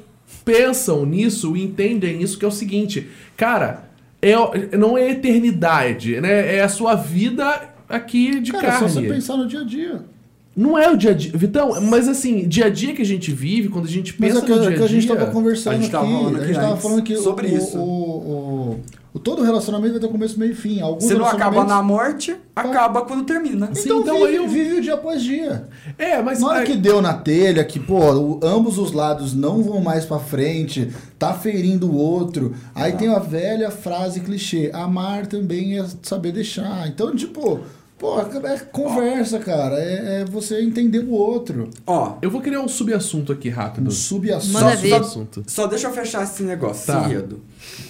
Speaker 1: pensam nisso e entendem isso, que é o seguinte, cara, é, o- não é eternidade, né? É a sua vida aqui de
Speaker 2: Cara, é só
Speaker 1: carne.
Speaker 2: você pensar no dia a dia.
Speaker 1: Não é o dia a dia. Vitão, mas assim, dia a dia que a gente vive, quando a gente
Speaker 2: Mas
Speaker 1: pensa
Speaker 2: é que,
Speaker 1: no dia
Speaker 2: é
Speaker 1: a
Speaker 2: que
Speaker 1: dia.
Speaker 2: a gente tava conversando
Speaker 4: A gente tava
Speaker 2: aqui,
Speaker 4: falando
Speaker 2: a
Speaker 4: aqui
Speaker 2: gente tava
Speaker 4: antes
Speaker 2: falando que
Speaker 4: sobre
Speaker 2: o,
Speaker 4: isso.
Speaker 2: O, o- o- todo relacionamento vai ter começo, meio e fim. Alguns
Speaker 4: Se não acaba
Speaker 2: relacionamentos-
Speaker 4: na morte, acaba quando termina.
Speaker 1: Sim.
Speaker 2: Tá. Então,
Speaker 1: então
Speaker 2: vive,
Speaker 1: aí eu-
Speaker 2: vive o dia após dia.
Speaker 1: É, mas.
Speaker 2: Na hora
Speaker 1: aí-
Speaker 2: que deu na telha, que, pô, o- ambos os lados não vão mais pra frente, tá ferindo o outro. Aí tem a velha frase clichê: amar também é saber deixar. Então, tipo, pô, é conversa, cara. É, é você entender o outro.
Speaker 4: Ó,
Speaker 1: Eu vou criar um subassunto aqui rápido.
Speaker 2: Um subassunto.
Speaker 3: Manda ver.
Speaker 1: Subassunto.
Speaker 4: só deixa eu fechar esse negócio,
Speaker 1: Tá.
Speaker 4: esse enredo.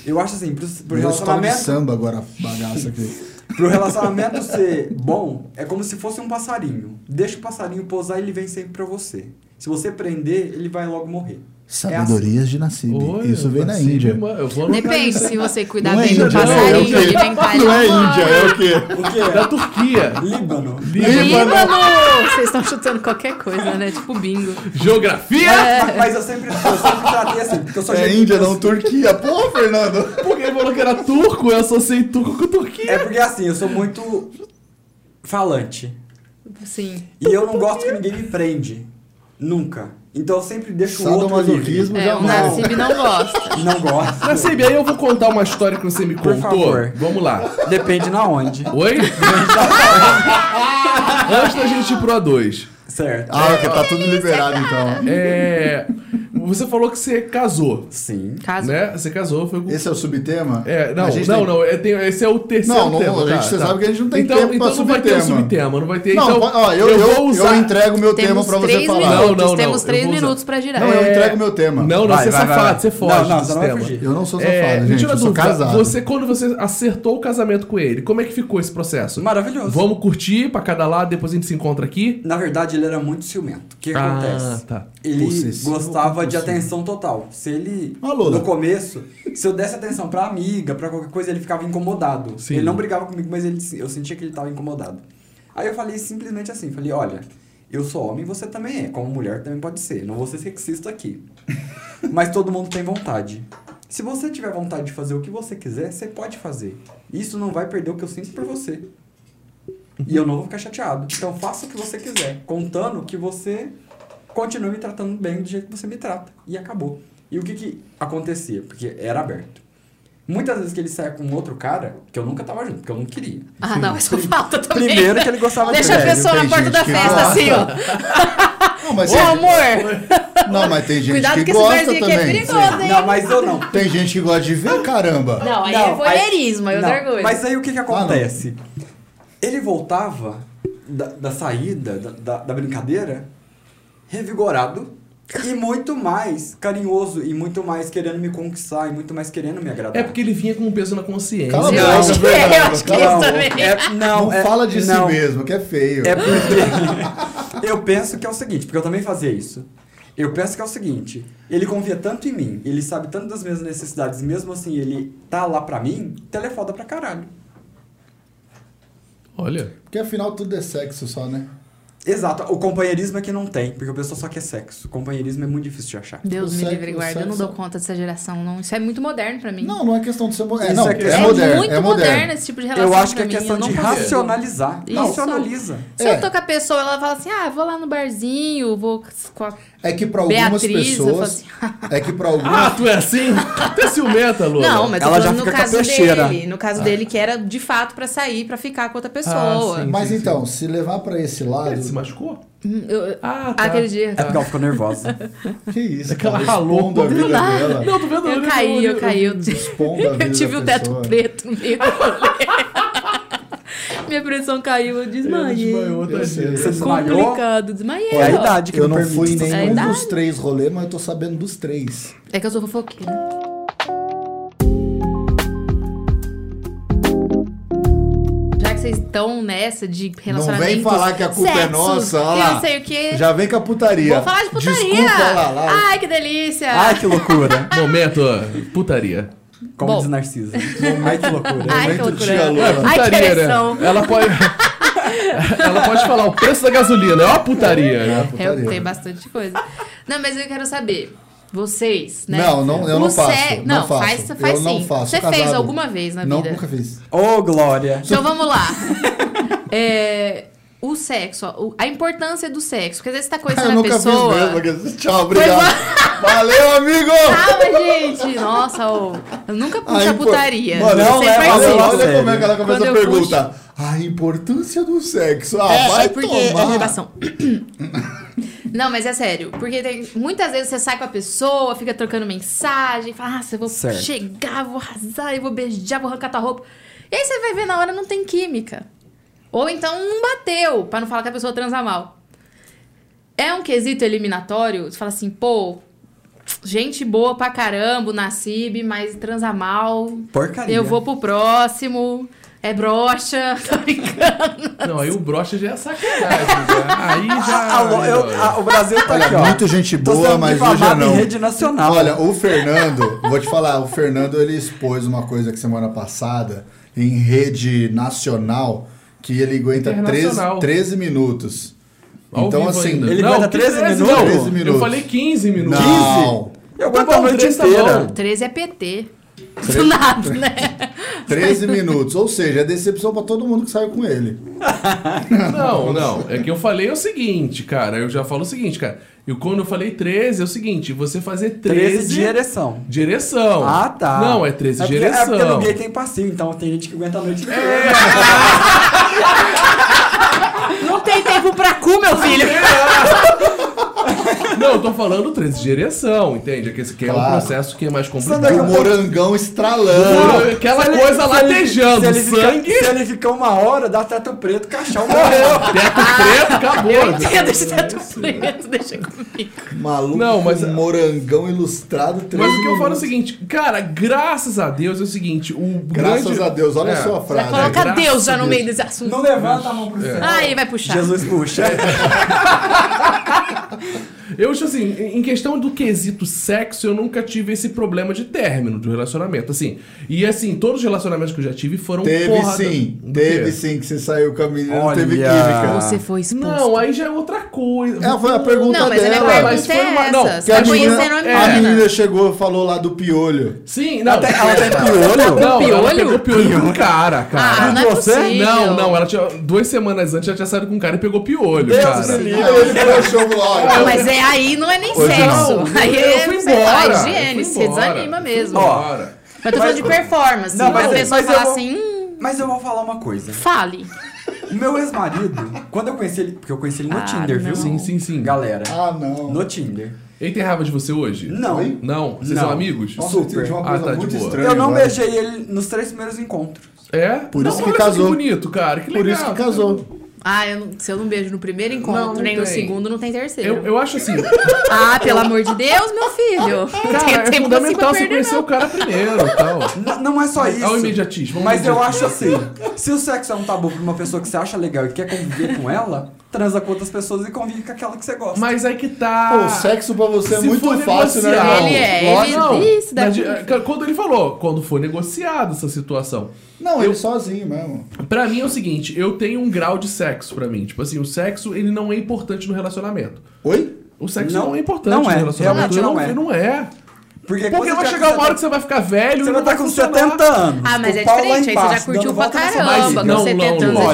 Speaker 4: Eu acho assim, pro, pro
Speaker 2: Meu tal de
Speaker 4: relacionamento,
Speaker 2: samba agora, a bagaça aqui.
Speaker 4: pro relacionamento ser bom, é como se fosse um passarinho. Deixa o passarinho pousar e ele vem sempre pra você. Se você prender, ele vai logo morrer.
Speaker 2: É
Speaker 4: É assim.
Speaker 2: Sabedorias de Nassib.
Speaker 1: Oi,
Speaker 2: Isso vem na
Speaker 1: Nassib,
Speaker 2: Índia.
Speaker 1: mano, Eu vou anotar
Speaker 3: Depende,
Speaker 1: isso.
Speaker 3: se você cuidar
Speaker 2: Não é
Speaker 3: bem do
Speaker 2: Índia, não, é o
Speaker 3: passarinho,
Speaker 2: quê?
Speaker 3: ele vem cá.
Speaker 2: Não é Índia, é o quê?
Speaker 4: O quê?
Speaker 1: Da Turquia.
Speaker 4: Líbano.
Speaker 3: Líbano! Vocês estão chutando qualquer coisa, né? Tipo bingo.
Speaker 1: Geografia?
Speaker 4: É. Mas eu sempre, eu sempre tratei assim, porque eu sou
Speaker 2: É
Speaker 4: gente-
Speaker 2: Índia, não Turquia. Pô, Fernando!
Speaker 1: Porque ele falou que era turco, eu associei turco com Turquia.
Speaker 4: É porque assim, eu sou muito falante.
Speaker 3: Sim.
Speaker 4: E eu não gosto que ninguém me prende. Nunca. Então eu sempre deixo o outro
Speaker 2: Sadomasoquismo
Speaker 4: livre.
Speaker 3: É, o
Speaker 2: jamais.
Speaker 3: Nassib não gosta.
Speaker 4: Não gosto.
Speaker 1: Nassib, aí eu vou contar uma história que você me
Speaker 4: Por
Speaker 1: contou.
Speaker 4: favor.
Speaker 1: Vamos lá.
Speaker 4: Depende na onde.
Speaker 1: Oi? Antes da gente ir pro A2.
Speaker 4: Certo.
Speaker 2: Ah, que tá tudo liberado então.
Speaker 1: É. Você falou que você casou.
Speaker 4: Sim.
Speaker 3: Caso.
Speaker 1: Né? Você casou, foi com
Speaker 2: Esse é o subtema?
Speaker 1: É, não,
Speaker 2: A
Speaker 1: não,
Speaker 2: gente tem-
Speaker 1: não, é, tem- esse é o terceiro
Speaker 2: Não, não,
Speaker 1: tema.
Speaker 2: a gente- você sabe que a gente não tem
Speaker 1: então,
Speaker 2: tempo
Speaker 1: Então
Speaker 2: pra
Speaker 1: não vai ter um
Speaker 2: subtema.
Speaker 1: subtema, não vai ter.
Speaker 2: Não,
Speaker 1: então,
Speaker 2: pa- ó, eu, eu,
Speaker 1: vou
Speaker 2: eu
Speaker 1: usar...
Speaker 2: entrego o meu tema
Speaker 3: Temos
Speaker 2: pra você
Speaker 3: três
Speaker 2: falar.
Speaker 1: Não,
Speaker 3: minutos.
Speaker 1: não, não,
Speaker 3: Temos
Speaker 1: eu
Speaker 3: três
Speaker 1: vou usar.
Speaker 3: minutos pra girar.
Speaker 2: Não, eu entrego o meu tema.
Speaker 1: Não, não,
Speaker 4: Vai,
Speaker 1: você é
Speaker 4: vai, vai,
Speaker 1: safado,
Speaker 4: vai.
Speaker 1: você foge
Speaker 4: Não, não,
Speaker 1: desse
Speaker 4: você não vai
Speaker 1: tema.
Speaker 4: fugir.
Speaker 2: Eu não sou safado,
Speaker 1: É,
Speaker 2: gente.
Speaker 1: me tira
Speaker 2: Eu
Speaker 1: a
Speaker 2: sou
Speaker 1: dúvida,
Speaker 2: casado.
Speaker 1: Você, quando você acertou o casamento com ele, como é que ficou esse processo?
Speaker 4: Maravilhoso.
Speaker 1: Vamos curtir pra cada lado, depois a gente se encontra aqui?
Speaker 4: Na verdade, ele era muito ciumento. O que
Speaker 1: Ah,
Speaker 4: acontece?
Speaker 1: tá.
Speaker 4: Ele
Speaker 2: Possessivo,
Speaker 4: gostava
Speaker 1: assim?
Speaker 2: compulsivo.
Speaker 4: de atenção total. Se ele.
Speaker 2: Ó, Lola.
Speaker 4: No começo, se eu desse atenção pra amiga, pra qualquer coisa, ele ficava incomodado.
Speaker 1: Sim.
Speaker 4: Ele não brigava comigo, mas ele, eu sentia que ele tava incomodado. Aí eu falei simplesmente assim: falei, olha, eu sou homem você também é. Como mulher também pode ser. Não vou ser sexista aqui. mas todo mundo tem vontade. Se você tiver vontade de fazer o que você quiser, você pode fazer. Isso não vai perder o que eu sinto por você. E eu não vou ficar chateado. Então faça o que você quiser, contando que você continue me tratando bem do jeito que você me trata. E acabou. E o que que acontecia? Porque era aberto. Muitas vezes que ele saia com outro cara, que eu nunca tava junto, porque eu não queria.
Speaker 3: Ah, não, isso falta também.
Speaker 4: Primeiro que ele gostava de
Speaker 3: Deixa a
Speaker 4: velho.
Speaker 3: pessoa na
Speaker 2: tem
Speaker 3: porta
Speaker 2: gente
Speaker 3: da
Speaker 2: que
Speaker 3: festa,
Speaker 2: gosta.
Speaker 3: assim, ó.
Speaker 2: Não, mas,
Speaker 3: Ô, amor!
Speaker 2: não, mas tem gente
Speaker 3: Cuidado
Speaker 2: que
Speaker 3: com esse
Speaker 2: gosta
Speaker 3: barzinho aqui, é
Speaker 2: também.
Speaker 3: perigoso, hein?
Speaker 4: Não, mas eu não.
Speaker 2: Tem gente que gosta de ver, caramba.
Speaker 3: Não, aí é
Speaker 4: Não, aí-
Speaker 3: voyeurismo, aí é
Speaker 4: Não,
Speaker 3: outra coisa.
Speaker 4: Mas aí o que
Speaker 2: Ah,
Speaker 4: que acontece? ele voltava da, da saída, da, da, da brincadeira, revigorado e muito mais carinhoso e muito mais querendo me conquistar e muito mais querendo me agradar.
Speaker 1: É porque ele vinha com um peso na consciência.
Speaker 2: Cala a
Speaker 3: Eu
Speaker 2: boca,
Speaker 3: acho que- eu
Speaker 2: Fernando,
Speaker 3: acho que
Speaker 2: cala a
Speaker 3: isso
Speaker 2: boca.
Speaker 3: também.
Speaker 4: é, não,
Speaker 2: Não
Speaker 4: é-
Speaker 2: fala de si
Speaker 4: não.
Speaker 2: mesmo, que é feio.
Speaker 4: É porque eu penso que é o seguinte, porque eu também fazia isso. Eu penso que é o seguinte, ele confia tanto em mim, ele sabe tanto das minhas necessidades, mesmo assim ele tá lá pra mim, telefoda pra caralho.
Speaker 1: Olha.
Speaker 2: Porque afinal tudo é sexo só, né?
Speaker 4: Exato, o companheirismo é que não tem, porque a pessoa só quer sexo. O companheirismo é muito difícil de achar.
Speaker 3: Deus
Speaker 2: O
Speaker 3: me
Speaker 2: sexo-
Speaker 3: livre e
Speaker 2: o
Speaker 3: guarda, eu não
Speaker 2: sexo-
Speaker 3: dou conta dessa geração, não. Isso é muito moderno pra mim.
Speaker 2: Não, não é questão de ser moderno. É,
Speaker 4: Isso
Speaker 2: não,
Speaker 4: é que-
Speaker 2: é,
Speaker 3: é
Speaker 2: moderno.
Speaker 3: muito
Speaker 2: é
Speaker 3: moderno
Speaker 2: moderno.
Speaker 3: esse tipo de relação
Speaker 4: Eu acho que
Speaker 3: pra
Speaker 4: é
Speaker 3: mim, eu
Speaker 4: questão
Speaker 3: não
Speaker 4: de
Speaker 3: consigo.
Speaker 4: racionalizar.
Speaker 3: Isso.
Speaker 4: Racionaliza.
Speaker 3: Se
Speaker 2: É.
Speaker 3: eu tô com a pessoa, ela fala assim, ah, vou lá no barzinho, vou com a
Speaker 2: É que pra algumas
Speaker 3: Beatriz, eu falo
Speaker 2: pessoas.
Speaker 3: assim...
Speaker 2: É que pra algumas.
Speaker 1: Ah, tu é assim? Tu é ciumenta, Lula.
Speaker 3: "Ah, Não, mas eu tô
Speaker 4: Ela já
Speaker 3: falando no
Speaker 4: fica com a
Speaker 3: caso
Speaker 4: peixeira. Ah.
Speaker 3: dele. No caso dele, que era
Speaker 2: Ah,
Speaker 3: de fato pra sair, pra ficar com outra pessoa.
Speaker 1: sim.
Speaker 2: Mas então, se levar pra esse lado,
Speaker 1: Ele se machucou?
Speaker 3: Hum, eu-
Speaker 1: Ah, tá.
Speaker 3: Aquele dia.
Speaker 4: É porque ela ficou nervosa.
Speaker 2: Que isso,
Speaker 1: Aquela
Speaker 2: cara,
Speaker 1: ralou
Speaker 2: expondo a
Speaker 1: do
Speaker 2: vida dela.
Speaker 1: Não, tô vendo
Speaker 3: Eu
Speaker 1: olho-
Speaker 3: caí, eu
Speaker 1: olho-
Speaker 3: caí. Eu,
Speaker 2: Expondo a vida
Speaker 3: eu tive
Speaker 2: da
Speaker 3: o teto
Speaker 2: pessoa.
Speaker 3: preto no meio do rolê. Minha pressão caiu, eu
Speaker 1: Ela
Speaker 3: desmaiei.
Speaker 1: desmaiou,
Speaker 2: Eu sei.
Speaker 1: tadinha.
Speaker 4: Você desmaiou?
Speaker 3: Complicado, desmaiei.
Speaker 4: É a
Speaker 3: ó.
Speaker 4: idade que
Speaker 2: Eu
Speaker 4: não
Speaker 2: não
Speaker 4: permite.
Speaker 2: fui em
Speaker 3: É
Speaker 2: nenhum
Speaker 3: idade.
Speaker 2: dos três rolês, mas eu tô sabendo dos três.
Speaker 3: É que eu sou fofoqueira. Já que vocês estão nessa de relacionamento.
Speaker 2: vem falar que a culpa é nossa, ó
Speaker 3: Eu
Speaker 2: lá.
Speaker 3: sei o quê.
Speaker 2: Já vem com a putaria.
Speaker 3: É. Vou falar de putaria.
Speaker 2: Desculpa, lá, lá.
Speaker 3: Ai, que delícia.
Speaker 4: Ai, que loucura.
Speaker 1: Momento, putaria.
Speaker 4: Como
Speaker 3: Bom.
Speaker 4: diz Narcisa. Ai, que loucura.
Speaker 3: Ai, que
Speaker 2: momento
Speaker 3: loucura.
Speaker 2: tia Lola.
Speaker 1: É,
Speaker 2: Ai,
Speaker 3: Ai, que
Speaker 1: putaria,
Speaker 3: ereção.
Speaker 1: né? Ela pode. Ela pode falar o preço da gasolina, é uma putaria, né?
Speaker 3: É, Eu tenho bastante coisa. Não, mas eu quero saber. Vocês, né?
Speaker 2: Não, não, eu
Speaker 3: O
Speaker 2: não
Speaker 3: sé-
Speaker 2: faço, não
Speaker 3: Não,
Speaker 2: faço.
Speaker 3: faz, faz
Speaker 2: Eu
Speaker 3: sim.
Speaker 2: não faço,
Speaker 3: Você
Speaker 2: sou
Speaker 3: fez
Speaker 2: casado.
Speaker 3: alguma vez na
Speaker 2: Não,
Speaker 3: vida?
Speaker 2: nunca fiz.
Speaker 4: Ô, Glória.
Speaker 3: Então vamos lá. É, o sexo, ó, o- a importância do sexo. Porque às vezes você tá
Speaker 2: eu
Speaker 3: conhecendo a
Speaker 2: Ah, nunca
Speaker 3: pessoa.
Speaker 2: fiz mesmo. porque- Tchau, obrigado. Valeu, amigo!
Speaker 3: Calma, gente! Nossa, ô, eu nunca puxo
Speaker 2: A
Speaker 3: a
Speaker 2: impo-
Speaker 3: putaria.
Speaker 2: Mano,
Speaker 4: Não,
Speaker 3: Você faz
Speaker 4: leva
Speaker 2: Olha,
Speaker 4: isso.
Speaker 2: olha
Speaker 4: Sério.
Speaker 2: como é que ela começa
Speaker 3: Quando
Speaker 2: a
Speaker 3: eu
Speaker 2: perguntar. A importância do sexo. Ah,
Speaker 3: É,
Speaker 2: vai
Speaker 3: é porque
Speaker 2: tomar.
Speaker 3: é redação. Não, mas é sério. Porque tem- muitas vezes você sai com a pessoa, fica trocando mensagem, fala, nossa, eu vou
Speaker 4: Certo.
Speaker 3: chegar, vou arrasar, eu vou beijar, vou arrancar tua roupa. E aí você vai ver na hora, não tem química. Ou então não bateu, pra não falar que a pessoa transa mal. É um quesito eliminatório? Você fala assim, pô, gente boa pra caramba, o Nascib, mas transa mal.
Speaker 4: Porcaria.
Speaker 3: Eu vou pro próximo. É broxa, tô brincando.
Speaker 1: Não, aí o brocha já é sacanagem. já. Aí já. é,
Speaker 4: Ah, alô, eu- ah, o Brasil tá
Speaker 2: Olha,
Speaker 4: aqui, ó.
Speaker 2: muito gente
Speaker 4: Tô
Speaker 2: boa,
Speaker 4: sendo
Speaker 2: mas hoje é
Speaker 4: difamado
Speaker 2: não.
Speaker 4: em rede nacional.
Speaker 2: Olha, o Fernando, vou te falar, o Fernando ele expôs uma coisa que semana passada em rede nacional que ele aguenta 13,
Speaker 1: Internacional.
Speaker 2: 13 minutos.
Speaker 1: Ao
Speaker 2: então
Speaker 1: vivo
Speaker 2: assim,
Speaker 1: ainda.
Speaker 4: Ele
Speaker 1: Não,
Speaker 4: aguenta
Speaker 1: que
Speaker 4: 13
Speaker 1: não,
Speaker 4: minutos?
Speaker 2: 13 minutos.
Speaker 1: Eu falei 15 minutos.
Speaker 2: não.
Speaker 4: eu
Speaker 1: tá
Speaker 4: aguento
Speaker 1: bom,
Speaker 4: a noite
Speaker 1: três tá
Speaker 4: inteira.
Speaker 1: bom.
Speaker 3: 13 é PT.
Speaker 2: Treze-
Speaker 3: Do nada, né?
Speaker 2: 13 minutos, ou seja, é decepção pra todo mundo que saiu com ele.
Speaker 1: Não, não. É que eu falei o seguinte, cara. Eu já falo o seguinte, cara. E quando eu falei 13, é o seguinte: você fazer 13.
Speaker 4: 13 de ereção.
Speaker 1: de ereção.
Speaker 4: Ah, tá.
Speaker 1: Não, é 13 de
Speaker 4: porque- É porque
Speaker 1: ereção.
Speaker 4: no gay tem passivo, então tem gente que aguenta a noite inteira.
Speaker 3: Não tem tempo pra cu, meu filho.
Speaker 1: Não, eu tô falando 13 de ereção, entende? É que esse aqui é um
Speaker 2: Claro.
Speaker 1: processo que é mais
Speaker 2: O
Speaker 1: complicado.
Speaker 2: morangão
Speaker 1: Não,
Speaker 2: estralando.
Speaker 1: aquela
Speaker 4: Se ele-
Speaker 1: coisa
Speaker 4: se ele-
Speaker 1: latejando,
Speaker 4: se ele fica-
Speaker 1: sangue.
Speaker 4: se ele ficar uma hora, dá teto preto, cachorro morreu.
Speaker 1: Teto preto, acabou.
Speaker 3: Eu entendo esse teto preto, tá deixa comigo.
Speaker 2: Maluco,
Speaker 1: Não, mas-
Speaker 2: um morangão ilustrado, 13
Speaker 1: Mas o que eu falo é o
Speaker 2: minutos.
Speaker 1: seguinte, cara, graças a Deus é o seguinte, o
Speaker 2: Graças
Speaker 1: grande...
Speaker 2: a Deus, olha
Speaker 1: É.
Speaker 2: a sua frase.
Speaker 3: Coloca
Speaker 1: graças
Speaker 3: Deus já no
Speaker 2: a
Speaker 3: meio
Speaker 2: Deus.
Speaker 3: desse assunto.
Speaker 4: Não levanta a mão
Speaker 1: É.
Speaker 4: pro
Speaker 1: Tá.
Speaker 4: céu.
Speaker 3: Aí vai puxar.
Speaker 4: Jesus puxa.
Speaker 1: Eu acho assim, em em questão do quesito sexo, eu nunca tive esse problema de término de relacionamento, assim. E assim, todos os relacionamentos que eu já tive foram
Speaker 2: Teve
Speaker 1: porrada.
Speaker 2: sim,
Speaker 1: Um Do
Speaker 2: teve
Speaker 1: quê?
Speaker 2: sim que você saiu com a menina, não
Speaker 4: Olha.
Speaker 2: teve química.
Speaker 3: Você foi exposto.
Speaker 1: Não, aí já é outra coisa.
Speaker 2: É, foi a pergunta
Speaker 3: Não, mas a minha
Speaker 2: dela.
Speaker 1: mas foi
Speaker 3: pergunta é
Speaker 1: uma-
Speaker 3: essa.
Speaker 1: não,
Speaker 3: Você
Speaker 1: que
Speaker 3: tá
Speaker 1: a menina-
Speaker 3: conhecendo a
Speaker 1: é.
Speaker 2: A
Speaker 3: menina.
Speaker 2: menina chegou e falou lá do piolho.
Speaker 1: Sim, não.
Speaker 4: Até- Ela tem
Speaker 1: Tá.
Speaker 4: piolho?
Speaker 1: Não, ela
Speaker 3: piolho?
Speaker 1: pegou piolho com o cara,
Speaker 3: Ah,
Speaker 1: cara.
Speaker 3: não é
Speaker 4: Você?
Speaker 3: possível.
Speaker 1: não, não, ela tinha. Duas semanas antes ela tinha saído com um cara e pegou piolho,
Speaker 4: Deus
Speaker 1: cara.
Speaker 4: me livre.
Speaker 2: Aí ele fechou e falou,
Speaker 3: Não,
Speaker 2: olha,
Speaker 3: mas é aí não é nem
Speaker 2: Hoje
Speaker 3: sexo.
Speaker 1: não.
Speaker 3: Aí
Speaker 1: Eu
Speaker 3: é,
Speaker 1: fui
Speaker 3: sei lá,
Speaker 1: embora,
Speaker 3: higiene,
Speaker 1: eu fui
Speaker 3: se
Speaker 1: embora.
Speaker 3: desanima mesmo.
Speaker 4: embora.
Speaker 1: Bora.
Speaker 3: Mas tô falando de performance.
Speaker 4: Não,
Speaker 3: Não,
Speaker 1: é,
Speaker 4: mas-
Speaker 3: a pessoa
Speaker 4: mas eu
Speaker 3: fala
Speaker 4: vou-
Speaker 3: assim, hum,
Speaker 4: Mas eu vou falar uma coisa.
Speaker 3: fale.
Speaker 4: O meu ex-marido, quando eu conheci ele, porque eu conheci ele no
Speaker 3: Ah,
Speaker 4: Tinder,
Speaker 3: não.
Speaker 4: viu?
Speaker 1: Sim, sim, sim.
Speaker 4: Galera,
Speaker 2: ah não.
Speaker 4: no Tinder.
Speaker 1: Ele tem raiva de você hoje?
Speaker 4: Não.
Speaker 2: Oi?
Speaker 1: Não? Vocês
Speaker 4: Não.
Speaker 1: são amigos?
Speaker 2: Nossa, eu
Speaker 4: super.
Speaker 2: entendi uma
Speaker 1: Ah,
Speaker 2: coisa
Speaker 1: tá, de
Speaker 2: muito
Speaker 1: boa.
Speaker 2: estranha
Speaker 4: Eu não
Speaker 2: agora.
Speaker 4: beijei ele nos três primeiros encontros.
Speaker 1: É?
Speaker 2: Por
Speaker 1: Não,
Speaker 2: isso que
Speaker 1: olha
Speaker 2: casou.
Speaker 1: bonito, cara. Que legal.
Speaker 2: Por isso que casou.
Speaker 3: Ah, eu não- se eu não beijo no primeiro encontro,
Speaker 1: Não, não
Speaker 3: nem no
Speaker 1: tem.
Speaker 3: segundo, não tem terceiro.
Speaker 1: Eu, eu acho assim,
Speaker 3: Ah, pelo amor de Deus, meu filho.
Speaker 1: cara, é
Speaker 3: Tem tempo assim pra
Speaker 1: fundamental você
Speaker 3: perder,
Speaker 1: conhecer o cara primeiro e tal.
Speaker 4: N- não é só isso.
Speaker 1: Olha o imediatismo.
Speaker 4: Mas eu
Speaker 1: Vamos
Speaker 4: acho assim, se o sexo é um tabu pra uma pessoa que você acha legal e quer conviver com ela, transa com outras pessoas e convive com aquela que você gosta.
Speaker 1: Mas aí que tá.
Speaker 2: Pô, sexo pra você é
Speaker 1: Se
Speaker 2: muito
Speaker 1: for
Speaker 2: fácil, né,
Speaker 1: negociado-
Speaker 2: irmão?
Speaker 3: Ele é, ele
Speaker 1: Não,
Speaker 3: disse
Speaker 1: mas
Speaker 3: daqui.
Speaker 1: de- Quando ele falou, quando foi negociada essa situação.
Speaker 2: Não, ele sozinho mesmo.
Speaker 1: Pra mim é o seguinte, eu tenho um grau de sexo pra mim. Tipo assim, o sexo, ele não é importante no relacionamento.
Speaker 2: Oi?
Speaker 1: O sexo não,
Speaker 4: Não,
Speaker 1: é importante
Speaker 4: não
Speaker 1: no
Speaker 4: é.
Speaker 1: relacionamento.
Speaker 4: Realmente
Speaker 1: Eu
Speaker 4: não é.
Speaker 1: eu não é.
Speaker 4: Porque, quando
Speaker 1: Porque vai
Speaker 4: tiver
Speaker 1: chegar
Speaker 4: com
Speaker 1: uma hora que você vai ficar velho
Speaker 4: Você
Speaker 1: e
Speaker 4: vai
Speaker 1: não
Speaker 4: estar
Speaker 1: vai
Speaker 4: com
Speaker 1: funcionar.
Speaker 4: 70 anos.
Speaker 3: Ah, mas
Speaker 4: o
Speaker 3: é
Speaker 4: pau lá
Speaker 3: diferente, aí você
Speaker 4: embaixo,
Speaker 3: já curtiu
Speaker 4: dando volta
Speaker 3: pra
Speaker 4: na sua
Speaker 3: caramba,
Speaker 4: barriga.
Speaker 3: com Não, 70 anos é
Speaker 1: Lolo, Não,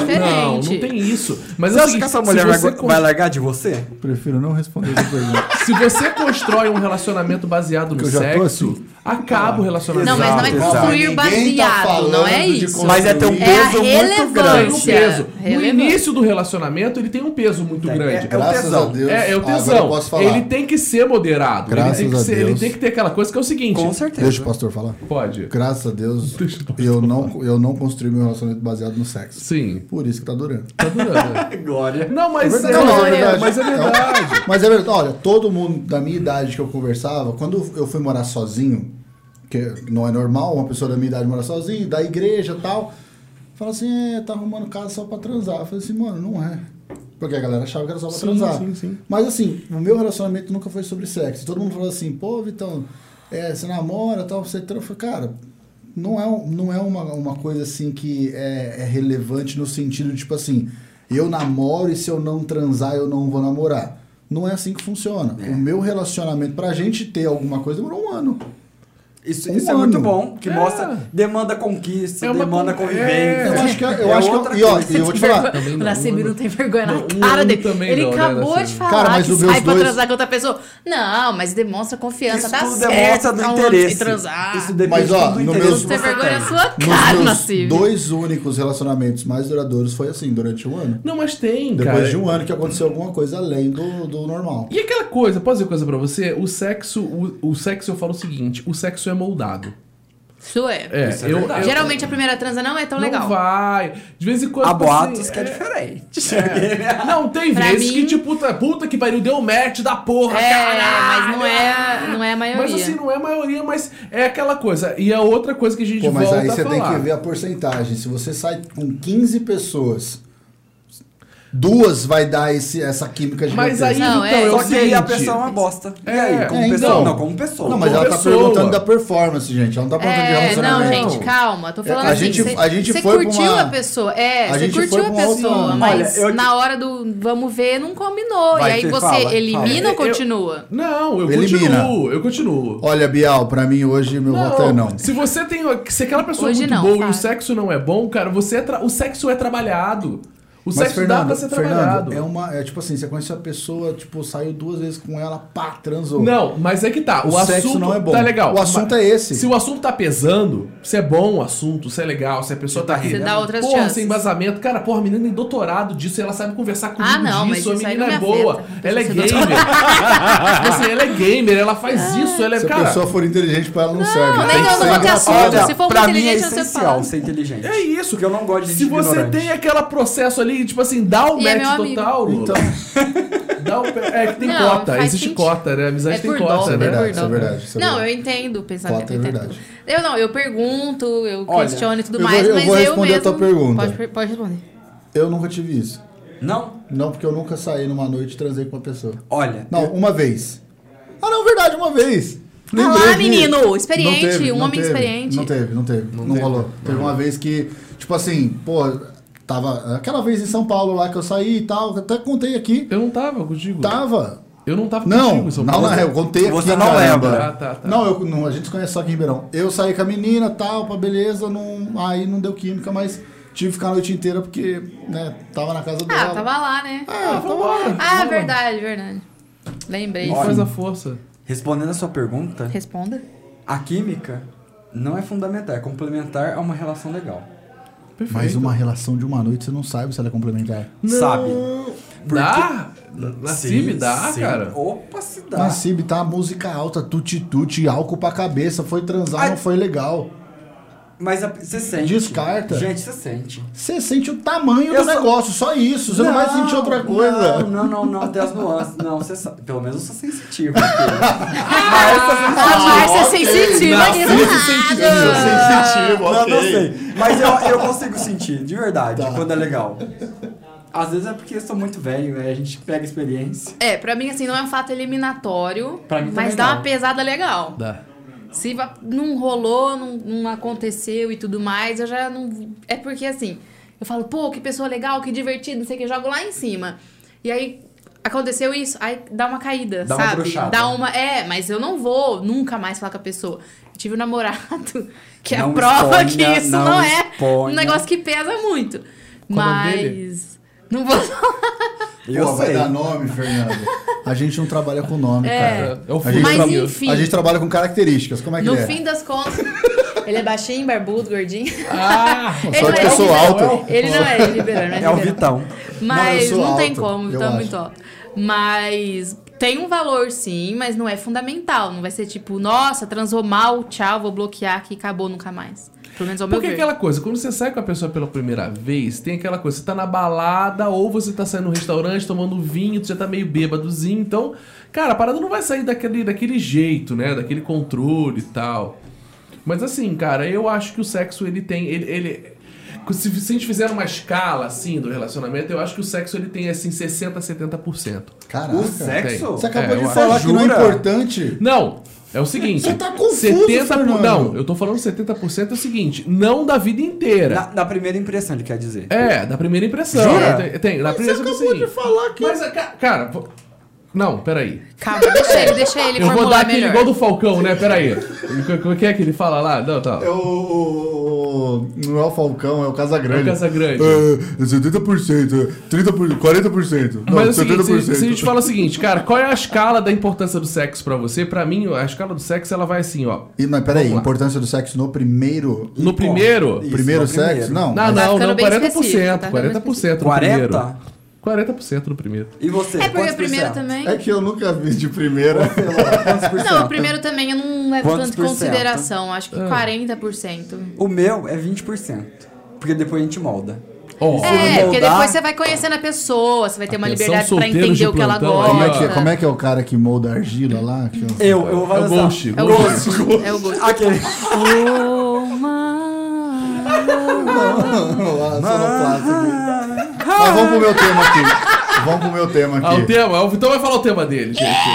Speaker 3: diferente.
Speaker 1: não tem isso. Mas
Speaker 4: Você
Speaker 1: é o
Speaker 4: acha que
Speaker 1: seguinte,
Speaker 4: essa mulher
Speaker 1: se
Speaker 4: vai,
Speaker 1: você con-
Speaker 4: vai largar de você?
Speaker 2: Prefiro não responder essa pergunta.
Speaker 1: Se você constrói um relacionamento baseado no
Speaker 2: Eu já tô
Speaker 1: sexo,
Speaker 2: assim.
Speaker 1: acaba o relacionamento.
Speaker 3: Não, mas não é
Speaker 4: Ah, Exato,
Speaker 3: construir
Speaker 2: exato. Ninguém tá
Speaker 3: baseado, não é
Speaker 2: falando de
Speaker 3: isso.
Speaker 2: construir.
Speaker 4: Mas é ter um
Speaker 2: É a
Speaker 4: peso muito
Speaker 3: relevância. É
Speaker 1: Tem um
Speaker 4: grande.
Speaker 1: peso. No
Speaker 3: Relevante.
Speaker 1: início do relacionamento, ele tem um peso muito grande.
Speaker 4: É o
Speaker 2: Graças
Speaker 4: tesão.
Speaker 2: a Deus. Ah,
Speaker 1: É, é o
Speaker 2: Agora
Speaker 1: tesão.
Speaker 2: eu posso falar.
Speaker 1: Ele tem que ser moderado.
Speaker 2: Graças
Speaker 1: ele, tem que
Speaker 2: a
Speaker 1: ser- ele
Speaker 2: Deus.
Speaker 1: tem que ter aquela coisa que é o seguinte.
Speaker 4: Com certeza.
Speaker 2: Deixa o pastor falar.
Speaker 1: Pode.
Speaker 2: Graças a Deus,
Speaker 1: Deixa o pastor
Speaker 2: eu não, eu não construí meu relacionamento baseado no sexo.
Speaker 1: Sim.
Speaker 2: Por isso que tá durando.
Speaker 1: Tá durando.
Speaker 4: Glória.
Speaker 1: Não, mas
Speaker 2: verdade,
Speaker 1: não,
Speaker 3: mas é
Speaker 1: é,
Speaker 2: verdade.
Speaker 1: mas é verdade.
Speaker 2: Mas é verdade, olha, todo mundo da minha idade que eu conversava, quando eu fui morar sozinho, que não é normal uma pessoa da minha idade morar sozinha, da igreja e tal, fala assim, é, tá arrumando casa só pra transar. Eu falei assim, mano, não é. Porque a galera achava que era só pra
Speaker 1: Sim,
Speaker 2: transar.
Speaker 1: sim, sim.
Speaker 2: Mas assim, o meu relacionamento nunca foi sobre sexo. Todo mundo falou assim, pô, Vitão, é, você namora tal, você transa. Eu falei, cara, não é, um- não é uma, uma coisa assim que é, é relevante no sentido, de, tipo assim, eu namoro e se eu não transar, eu não vou namorar. Não é assim que funciona. O meu relacionamento, pra gente ter alguma coisa, demorou um ano.
Speaker 4: Isso,
Speaker 2: Um
Speaker 4: isso é muito
Speaker 2: ano.
Speaker 4: bom, que
Speaker 1: É.
Speaker 4: mostra, demanda conquista,
Speaker 1: É uma
Speaker 4: demanda
Speaker 1: con-
Speaker 4: convivência.
Speaker 1: É,
Speaker 2: Eu acho que eu, eu
Speaker 4: É
Speaker 2: acho que
Speaker 4: outra
Speaker 2: eu, e, ó,
Speaker 4: coisa.
Speaker 2: e eu vou te falar.
Speaker 1: Também não,
Speaker 3: o Nascimento
Speaker 1: um
Speaker 3: não tem vergonha na
Speaker 1: ano- um
Speaker 3: cara
Speaker 1: ano
Speaker 3: dele.
Speaker 1: também
Speaker 3: Ele
Speaker 1: não, né,
Speaker 3: acabou de
Speaker 1: Nascimento?
Speaker 3: falar
Speaker 2: Cara, mas
Speaker 3: que
Speaker 2: os
Speaker 3: sai
Speaker 2: meus
Speaker 3: pra
Speaker 2: dois-
Speaker 3: transar com outra pessoa. Não, mas demonstra confiança,
Speaker 4: Isso
Speaker 3: tá
Speaker 4: tudo
Speaker 3: certo.
Speaker 4: demonstra do
Speaker 3: tá um ano
Speaker 4: interesse.
Speaker 3: sem transar.
Speaker 4: Isso depende
Speaker 2: Mas, ó,
Speaker 4: do
Speaker 2: no
Speaker 4: interesse
Speaker 2: meu-
Speaker 4: que
Speaker 3: Você tem
Speaker 4: você
Speaker 3: vergonha
Speaker 4: tem.
Speaker 3: na sua cara,
Speaker 2: Nos meus
Speaker 3: Nascimento.
Speaker 2: dois únicos relacionamentos mais duradouros foi assim, durante um ano.
Speaker 1: Não, mas tem,
Speaker 2: Depois
Speaker 1: cara.
Speaker 2: de um ano que aconteceu alguma coisa além do, do normal.
Speaker 1: E aquela coisa, posso dizer uma coisa pra você? O sexo, o, o sexo eu falo o seguinte, o sexo é moldado.
Speaker 3: Isso é.
Speaker 1: É,
Speaker 4: Isso é
Speaker 1: eu,
Speaker 4: verdade.
Speaker 1: eu-
Speaker 3: Geralmente a primeira transa não é tão
Speaker 1: não
Speaker 3: legal.
Speaker 1: vai. De vez em quando.
Speaker 4: Há
Speaker 1: assim,
Speaker 4: boatos que é
Speaker 1: é-
Speaker 4: diferente.
Speaker 3: É.
Speaker 1: Não, tem
Speaker 3: Pra
Speaker 1: vezes
Speaker 3: mim-
Speaker 1: que, tipo, puta, puta que pariu, deu match da porra,
Speaker 3: É,
Speaker 1: caralho!
Speaker 3: mas não é, não é a maioria.
Speaker 1: Mas assim, não é a maioria, mas é aquela coisa. E a outra coisa que a gente
Speaker 2: Pô, mas
Speaker 1: volta
Speaker 2: aí
Speaker 1: a
Speaker 2: você
Speaker 1: falar.
Speaker 2: tem que ver a porcentagem. Se você sai com 15 pessoas, duas vai dar esse, essa química de
Speaker 1: Mas aí, então,
Speaker 3: Não, é-
Speaker 1: é
Speaker 4: Só
Speaker 1: o
Speaker 4: que aí a
Speaker 1: seguinte,
Speaker 4: pessoa é uma bosta.
Speaker 1: É,
Speaker 4: e aí, como
Speaker 2: é,
Speaker 4: pessoa?
Speaker 2: então.
Speaker 4: não, como pessoa.
Speaker 2: Não, mas ela tá
Speaker 1: pessoa.
Speaker 2: perguntando da performance, gente. Ela não tá perguntando de
Speaker 3: É, não,
Speaker 2: relacionamento. É,
Speaker 3: gente, calma. Tô falando
Speaker 2: A
Speaker 3: assim,
Speaker 2: gente-
Speaker 3: cê-
Speaker 2: a gente
Speaker 3: cê
Speaker 2: foi pra
Speaker 3: curtiu
Speaker 2: uma-
Speaker 3: a pessoa. É,
Speaker 2: a
Speaker 3: você
Speaker 2: gente
Speaker 3: curtiu
Speaker 2: foi
Speaker 3: a
Speaker 2: pra um uma outra-
Speaker 3: pessoa,
Speaker 2: Olha,
Speaker 3: mas
Speaker 4: eu-
Speaker 3: na hora do vamos ver, não combinou.
Speaker 4: Vai,
Speaker 3: e aí
Speaker 4: Fê,
Speaker 3: você
Speaker 4: fala,
Speaker 1: fala.
Speaker 3: elimina ou
Speaker 1: Eu- eu-
Speaker 3: continua?
Speaker 1: Não, eu
Speaker 2: Elimina.
Speaker 1: continuo, eu continuo.
Speaker 2: Olha, Bial, pra mim hoje meu voto é não.
Speaker 1: Se você tem. Se aquela pessoa
Speaker 3: Hoje
Speaker 1: é muito
Speaker 3: não,
Speaker 1: boa e o
Speaker 3: Fábio.
Speaker 1: sexo não é bom, cara, você é tra- o sexo é trabalhado. O
Speaker 2: Mas,
Speaker 1: sexo dá pra
Speaker 2: Fernando,
Speaker 1: ser
Speaker 2: Fernando
Speaker 1: trabalhado.
Speaker 2: é, uma, é tipo assim, você conhece a pessoa, tipo, saiu duas vezes com ela, pá, transou.
Speaker 1: Não, mas é que tá. O,
Speaker 2: O
Speaker 1: assunto
Speaker 2: sexo não é bom.
Speaker 1: Tá legal.
Speaker 2: O assunto
Speaker 1: Mas
Speaker 2: é esse.
Speaker 1: Se o assunto tá pesando, se é bom o assunto, se é legal, se a pessoa tá
Speaker 3: Você dá outras
Speaker 1: Porra,
Speaker 3: chances.
Speaker 1: sem embasamento. Cara, porra, a menina tem doutorado disso, ela sabe conversar comigo
Speaker 3: Ah, não, mas
Speaker 1: disso, a
Speaker 3: isso aí
Speaker 1: menina
Speaker 3: não
Speaker 1: é
Speaker 3: me
Speaker 1: boa.
Speaker 3: afeta.
Speaker 1: Ela é
Speaker 3: Você
Speaker 1: gamer.
Speaker 3: não- Ah.
Speaker 1: assim, ela é gamer, ela faz isso, ela é.
Speaker 2: Se a
Speaker 1: cara,
Speaker 2: pessoa for inteligente pra ela, não, serve. Tem
Speaker 3: nem
Speaker 2: que
Speaker 3: eu não
Speaker 2: ser
Speaker 3: vou te
Speaker 2: engraçado.
Speaker 3: assunto. Se for
Speaker 4: pra
Speaker 3: muito
Speaker 4: mim é
Speaker 3: inteligente, você
Speaker 4: essencial
Speaker 3: fala.
Speaker 4: ser inteligente.
Speaker 1: É isso.
Speaker 4: Porque eu não gosto de
Speaker 1: Se
Speaker 4: gente
Speaker 1: você
Speaker 4: ignorante.
Speaker 1: tem aquele processo ali, tipo assim, dá o
Speaker 3: E é meu
Speaker 1: match
Speaker 3: amigo.
Speaker 1: total, Lula.
Speaker 2: Então.
Speaker 1: Dá o pe- É que tem
Speaker 3: Não,
Speaker 1: cota,
Speaker 3: faz
Speaker 1: existe
Speaker 3: sentido.
Speaker 1: cota, né? Amizade
Speaker 3: É
Speaker 1: tem
Speaker 3: por
Speaker 1: cota,
Speaker 3: dó,
Speaker 1: né?
Speaker 3: é
Speaker 2: verdade,
Speaker 3: por
Speaker 2: isso é
Speaker 3: dó.
Speaker 2: verdade, isso é
Speaker 3: Não, eu
Speaker 2: verdade.
Speaker 3: entendo o pensamento.
Speaker 2: Fato é
Speaker 3: eu entendo.
Speaker 2: verdade.
Speaker 3: Eu não, eu pergunto, eu
Speaker 4: Olha,
Speaker 3: questiono e tudo
Speaker 2: eu vou-
Speaker 3: mais,
Speaker 2: eu
Speaker 3: mas
Speaker 2: vou
Speaker 3: eu
Speaker 2: responder a
Speaker 3: mesmo...
Speaker 2: tua pergunta.
Speaker 3: Pode, per- pode responder.
Speaker 2: Eu nunca tive isso.
Speaker 4: Não?
Speaker 2: Não, porque eu nunca saí numa noite e transei com uma pessoa.
Speaker 4: Olha.
Speaker 2: Não, uma vez. Ah, não, verdade, uma vez.
Speaker 3: Ah lá,
Speaker 2: Lembrei que-
Speaker 3: menino, experiente,
Speaker 2: Não teve,
Speaker 3: um
Speaker 2: não
Speaker 3: homem
Speaker 2: teve,
Speaker 3: experiente.
Speaker 2: Não teve, não teve. Não,
Speaker 1: teve.
Speaker 2: rolou. Teve uma vez que, tipo assim, pô, tava. Aquela vez em São Paulo lá que eu saí e tal, até contei aqui.
Speaker 1: Eu não tava contigo.
Speaker 2: Tava.
Speaker 1: Eu não tava
Speaker 2: Tá. Não,
Speaker 1: contigo, seu
Speaker 2: não, é. não, eu contei aqui,
Speaker 4: Você não
Speaker 2: caramba.
Speaker 4: lembra.
Speaker 1: Ah, tá, tá.
Speaker 2: Não, eu, não, a gente se conhece só aqui em Ribeirão. Eu saí com a menina, tal, pra beleza, não, aí não deu química, mas tive que ficar a noite inteira porque, né, tava na casa dela.
Speaker 3: Ah, tava lá, né?
Speaker 1: Ah, vambora.
Speaker 3: Ah,
Speaker 1: vambora.
Speaker 3: verdade, verdade.
Speaker 1: E
Speaker 3: Lembrei.
Speaker 1: faz a força.
Speaker 4: Respondendo a sua pergunta,
Speaker 3: Responda.
Speaker 4: a química não é fundamental, é complementar a uma relação legal.
Speaker 1: Perfeito.
Speaker 2: Mas uma relação de uma noite, você não sabe se ela é complementar.
Speaker 4: Sabe?
Speaker 1: Dá? Na
Speaker 4: Sim,
Speaker 1: CIB dá,
Speaker 4: sim.
Speaker 1: cara.
Speaker 4: Opa, se dá.
Speaker 2: Na Cib tá música alta, tuti-tuti, álcool pra cabeça, foi transar,
Speaker 4: Ai.
Speaker 2: não foi legal.
Speaker 4: Mas a- você sente.
Speaker 2: Descarta.
Speaker 4: Gente, você sente.
Speaker 2: Você sente o tamanho
Speaker 4: Eu
Speaker 2: do
Speaker 4: só-
Speaker 2: negócio, só isso, você não, vai sentir outra coisa.
Speaker 4: Não, não, não, não, tem as nuances. Não, você sabe. Pelo menos eu sou sensitivo. filho.
Speaker 2: Ah,
Speaker 4: Mas eu sou
Speaker 3: A
Speaker 4: sensitivo.
Speaker 3: Márcia é sensitiva, que
Speaker 2: Você sentiu,
Speaker 4: Não, não sei. Mas eu, eu consigo sentir, de verdade,
Speaker 2: Tá.
Speaker 4: quando é legal. Às vezes é porque eu sou muito velho, né? A gente pega experiência.
Speaker 3: É, pra mim, assim, não é um fato eliminatório,
Speaker 4: Pra mim também
Speaker 3: mas dá
Speaker 4: não.
Speaker 3: uma pesada legal.
Speaker 1: Dá.
Speaker 3: Se va- não rolou, não, não aconteceu e tudo mais, eu já não. É porque assim, eu falo, pô, que pessoa legal, que divertido, não sei o que, jogo lá em cima. E aí aconteceu isso, aí dá uma caída,
Speaker 4: Dá uma
Speaker 3: sabe?
Speaker 4: bruxada.
Speaker 3: dá uma. É, mas eu não vou nunca mais falar com a pessoa. Eu tive um namorado que é a
Speaker 4: Não
Speaker 3: prova
Speaker 4: exponha,
Speaker 3: que isso
Speaker 4: não
Speaker 3: não, é
Speaker 4: exponha.
Speaker 3: um negócio que pesa muito.
Speaker 1: Qual o nome dele?
Speaker 3: mas. Não vou
Speaker 4: Eu
Speaker 2: Pô, vai
Speaker 4: sei.
Speaker 2: dar nome, Fernando. A gente não trabalha com nome, cara.
Speaker 1: É o
Speaker 2: A
Speaker 1: fim.
Speaker 2: gente
Speaker 3: Mas
Speaker 2: trabalha-
Speaker 3: enfim.
Speaker 2: A gente trabalha com características. Como é que
Speaker 3: No
Speaker 2: é?
Speaker 3: fim das contas, ele é baixinho, barbudo, gordinho.
Speaker 1: Ah!
Speaker 2: Só que eu
Speaker 3: é
Speaker 2: sou
Speaker 3: liberal.
Speaker 2: alto.
Speaker 3: Ele não é liberal, não é
Speaker 4: É o
Speaker 3: liberal.
Speaker 4: Vitão.
Speaker 2: Não, eu
Speaker 3: Mas
Speaker 2: sou
Speaker 3: não, tem
Speaker 2: alto,
Speaker 3: como,
Speaker 2: eu
Speaker 3: tá
Speaker 2: acho.
Speaker 3: muito alto. Mas tem um valor sim, mas não é fundamental. Não vai ser tipo, nossa, transou mal, tchau, vou bloquear aqui, acabou nunca mais. Pelo menos ao meu
Speaker 1: Porque é
Speaker 3: ver.
Speaker 1: aquela coisa, quando você sai com a pessoa pela primeira vez, tem aquela coisa, você tá na balada ou você tá saindo no restaurante, tomando vinho, tu já tá meio bêbadozinho, então, cara, a parada não vai sair daquele, daquele jeito, né? Daquele controle e tal. Mas assim, cara, eu acho que o sexo ele tem. Ele, ele- se, se a gente fizer uma escala assim do relacionamento, eu acho que o sexo ele tem assim 60, 70%.
Speaker 2: Caraca.
Speaker 4: O sexo?
Speaker 2: Você acabou
Speaker 1: É, eu
Speaker 2: de
Speaker 1: acho.
Speaker 2: falar que não é
Speaker 4: Jura?
Speaker 2: importante.
Speaker 1: Não, é o seguinte.
Speaker 2: Você tá confuso,
Speaker 1: por-
Speaker 2: Fernando.
Speaker 1: Não, eu tô falando 70% é o seguinte, não da vida
Speaker 2: É.
Speaker 1: inteira.
Speaker 4: Na, na primeira impressão, ele quer dizer.
Speaker 1: É, da primeira impressão.
Speaker 4: Jura?
Speaker 1: Tem, tem, na
Speaker 2: Você
Speaker 1: primeira impressão.
Speaker 2: acabou de
Speaker 1: sim.
Speaker 2: falar que...
Speaker 1: Mas, a ca- cara, vou- não, peraí.
Speaker 3: Calma, deixa ele, deixa ele
Speaker 1: eu vou
Speaker 3: formular
Speaker 1: dar aquele
Speaker 3: melhor.
Speaker 1: igual do Falcão, né? Peraí. O que é que ele fala lá? Não, tá.
Speaker 2: É o, o- o- Não é o Falcão, é o Casagrande.
Speaker 1: É o Casagrande.
Speaker 2: É, 70%, é 30%, 40%. Não,
Speaker 1: Mas é o seguinte,
Speaker 2: 70%.
Speaker 1: se, se a gente fala o seguinte, cara, qual é a escala da importância do sexo pra você? Pra mim, a escala do sexo, ela vai assim, ó.
Speaker 2: E, mas peraí,
Speaker 1: Vamos lá.
Speaker 2: importância do sexo no primeiro...
Speaker 1: No
Speaker 4: Pô,
Speaker 1: primeiro...
Speaker 4: isso,
Speaker 2: primeiro
Speaker 4: no
Speaker 2: sexo?
Speaker 4: primeiro.
Speaker 2: Não.
Speaker 1: Não,
Speaker 3: Tá
Speaker 1: não,
Speaker 3: ficando
Speaker 1: não,
Speaker 3: bem
Speaker 1: 40%.
Speaker 3: específico, tá ficando
Speaker 1: 40% no
Speaker 4: 40?
Speaker 1: primeiro. 40% no primeiro.
Speaker 4: E você?
Speaker 3: É porque
Speaker 4: quantos
Speaker 3: o primeiro
Speaker 4: por cento?
Speaker 3: também.
Speaker 2: É que eu nunca vi de primeira.
Speaker 4: Sei lá, quantos por
Speaker 3: Não,
Speaker 4: cento?
Speaker 3: o primeiro também eu não levo
Speaker 4: Quantos
Speaker 3: tanto em
Speaker 4: por cento?
Speaker 3: consideração. Acho que
Speaker 2: Ah.
Speaker 3: 40%.
Speaker 4: O meu é 20%. Porque depois a gente molda.
Speaker 1: Ó,
Speaker 4: Se
Speaker 3: É,
Speaker 4: eu
Speaker 3: porque
Speaker 4: moldar-
Speaker 3: depois você vai conhecendo a pessoa, você vai ter uma
Speaker 1: Atenção,
Speaker 3: liberdade pra
Speaker 1: solteiros
Speaker 3: entender
Speaker 1: de
Speaker 3: o que ela
Speaker 1: plantão aí, ó.
Speaker 3: gosta.
Speaker 2: Como é, que, como é que é o cara que molda a argila lá? Que eu-
Speaker 4: Eu, eu vou
Speaker 1: É o
Speaker 4: valorizar.
Speaker 1: Ghost,
Speaker 3: É o
Speaker 1: Ghost.
Speaker 3: gosto. É o gosto.
Speaker 4: Aquele.
Speaker 1: Ah.
Speaker 2: Lá, sonoplasta aqui. Mas vamos pro meu tema aqui. Vamos pro meu tema
Speaker 1: Ah, o
Speaker 2: aqui.
Speaker 1: tema, o Vitão vai falar o tema
Speaker 4: É.
Speaker 1: dele, gente.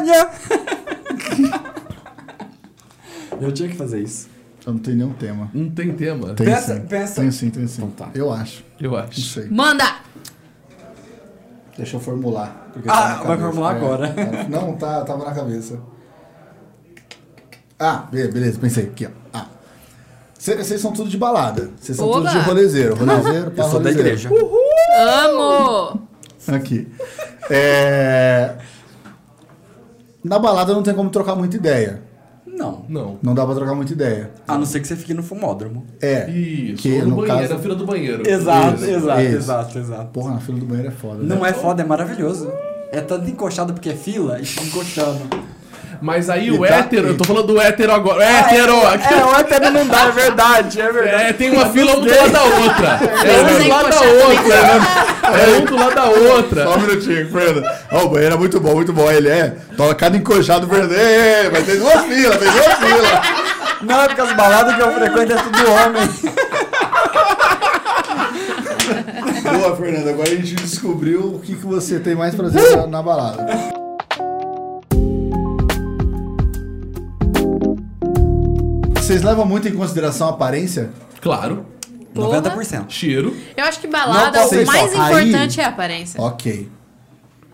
Speaker 4: nha. Eu tinha que fazer isso.
Speaker 2: Eu não tenho nenhum tema.
Speaker 1: Não tem tema,
Speaker 2: Tem
Speaker 4: Pensa-
Speaker 2: sim.
Speaker 4: pensa.
Speaker 2: Tem sim, tem sim.
Speaker 4: Então tá.
Speaker 2: Eu acho.
Speaker 1: eu
Speaker 2: Não
Speaker 1: acho.
Speaker 2: sei.
Speaker 3: Manda!
Speaker 2: Deixa eu formular. porque
Speaker 4: Ah,
Speaker 2: tá na
Speaker 4: vai
Speaker 2: cabeça.
Speaker 4: formular
Speaker 2: É,
Speaker 4: agora.
Speaker 2: tá- Não, tá, tava na cabeça. Ah, be- beleza, pensei. Aqui, ó. Ah. Cê- Vocês são tudo de balada. Vocês são tudo
Speaker 3: Oba!
Speaker 2: de rolezeiro. Rolezeiro, pá,
Speaker 4: Eu sou da
Speaker 2: rolezeiro.
Speaker 4: igreja.
Speaker 3: Amo!
Speaker 2: Aqui. É... Na balada não tem como trocar muita ideia.
Speaker 4: Não.
Speaker 1: Não.
Speaker 2: Não dá pra trocar muita ideia.
Speaker 4: A não ser que você fique no fumódromo.
Speaker 2: É.
Speaker 1: Isso,
Speaker 2: que
Speaker 1: ou no,
Speaker 2: no
Speaker 1: banheiro,
Speaker 2: caso-
Speaker 1: na fila do banheiro.
Speaker 4: Exato,
Speaker 2: Isso,
Speaker 4: exato,
Speaker 2: isso.
Speaker 4: exato, exato.
Speaker 2: Porra, na fila do banheiro é foda. né?
Speaker 4: Não é foda, é maravilhoso. É tanto encoxado porque é fila e fica encoxando.
Speaker 1: Mas aí o
Speaker 2: E tá dá-
Speaker 1: hétero, eu tô falando do hétero agora. hétero!
Speaker 4: É, o hétero não dá, é verdade, é verdade.
Speaker 1: É, tem uma fila um do lado da outra. É um
Speaker 3: Eles
Speaker 1: do
Speaker 3: nem
Speaker 1: lado da
Speaker 3: puxaram
Speaker 1: outra. É um do lado da outra.
Speaker 2: Só um minutinho, Fernando. Ó, o banheiro é muito bom, muito bom. Ele é. Toma cada encoxado, Fernando. Ei, mas tem duas filas, tem duas filas.
Speaker 4: Não, é porque as baladas que eu frequento é tudo homem.
Speaker 2: Boa, Fernando. Agora a gente descobriu o que, que você tem mais prazer na, na balada. Vocês levam muito em consideração a aparência?
Speaker 1: Claro.
Speaker 3: Porra.
Speaker 4: 90%.
Speaker 1: Cheiro.
Speaker 3: Eu acho que balada,
Speaker 2: Não,
Speaker 3: o
Speaker 2: vocês
Speaker 3: mais
Speaker 2: só- aí-
Speaker 3: importante é a aparência.
Speaker 2: Ok.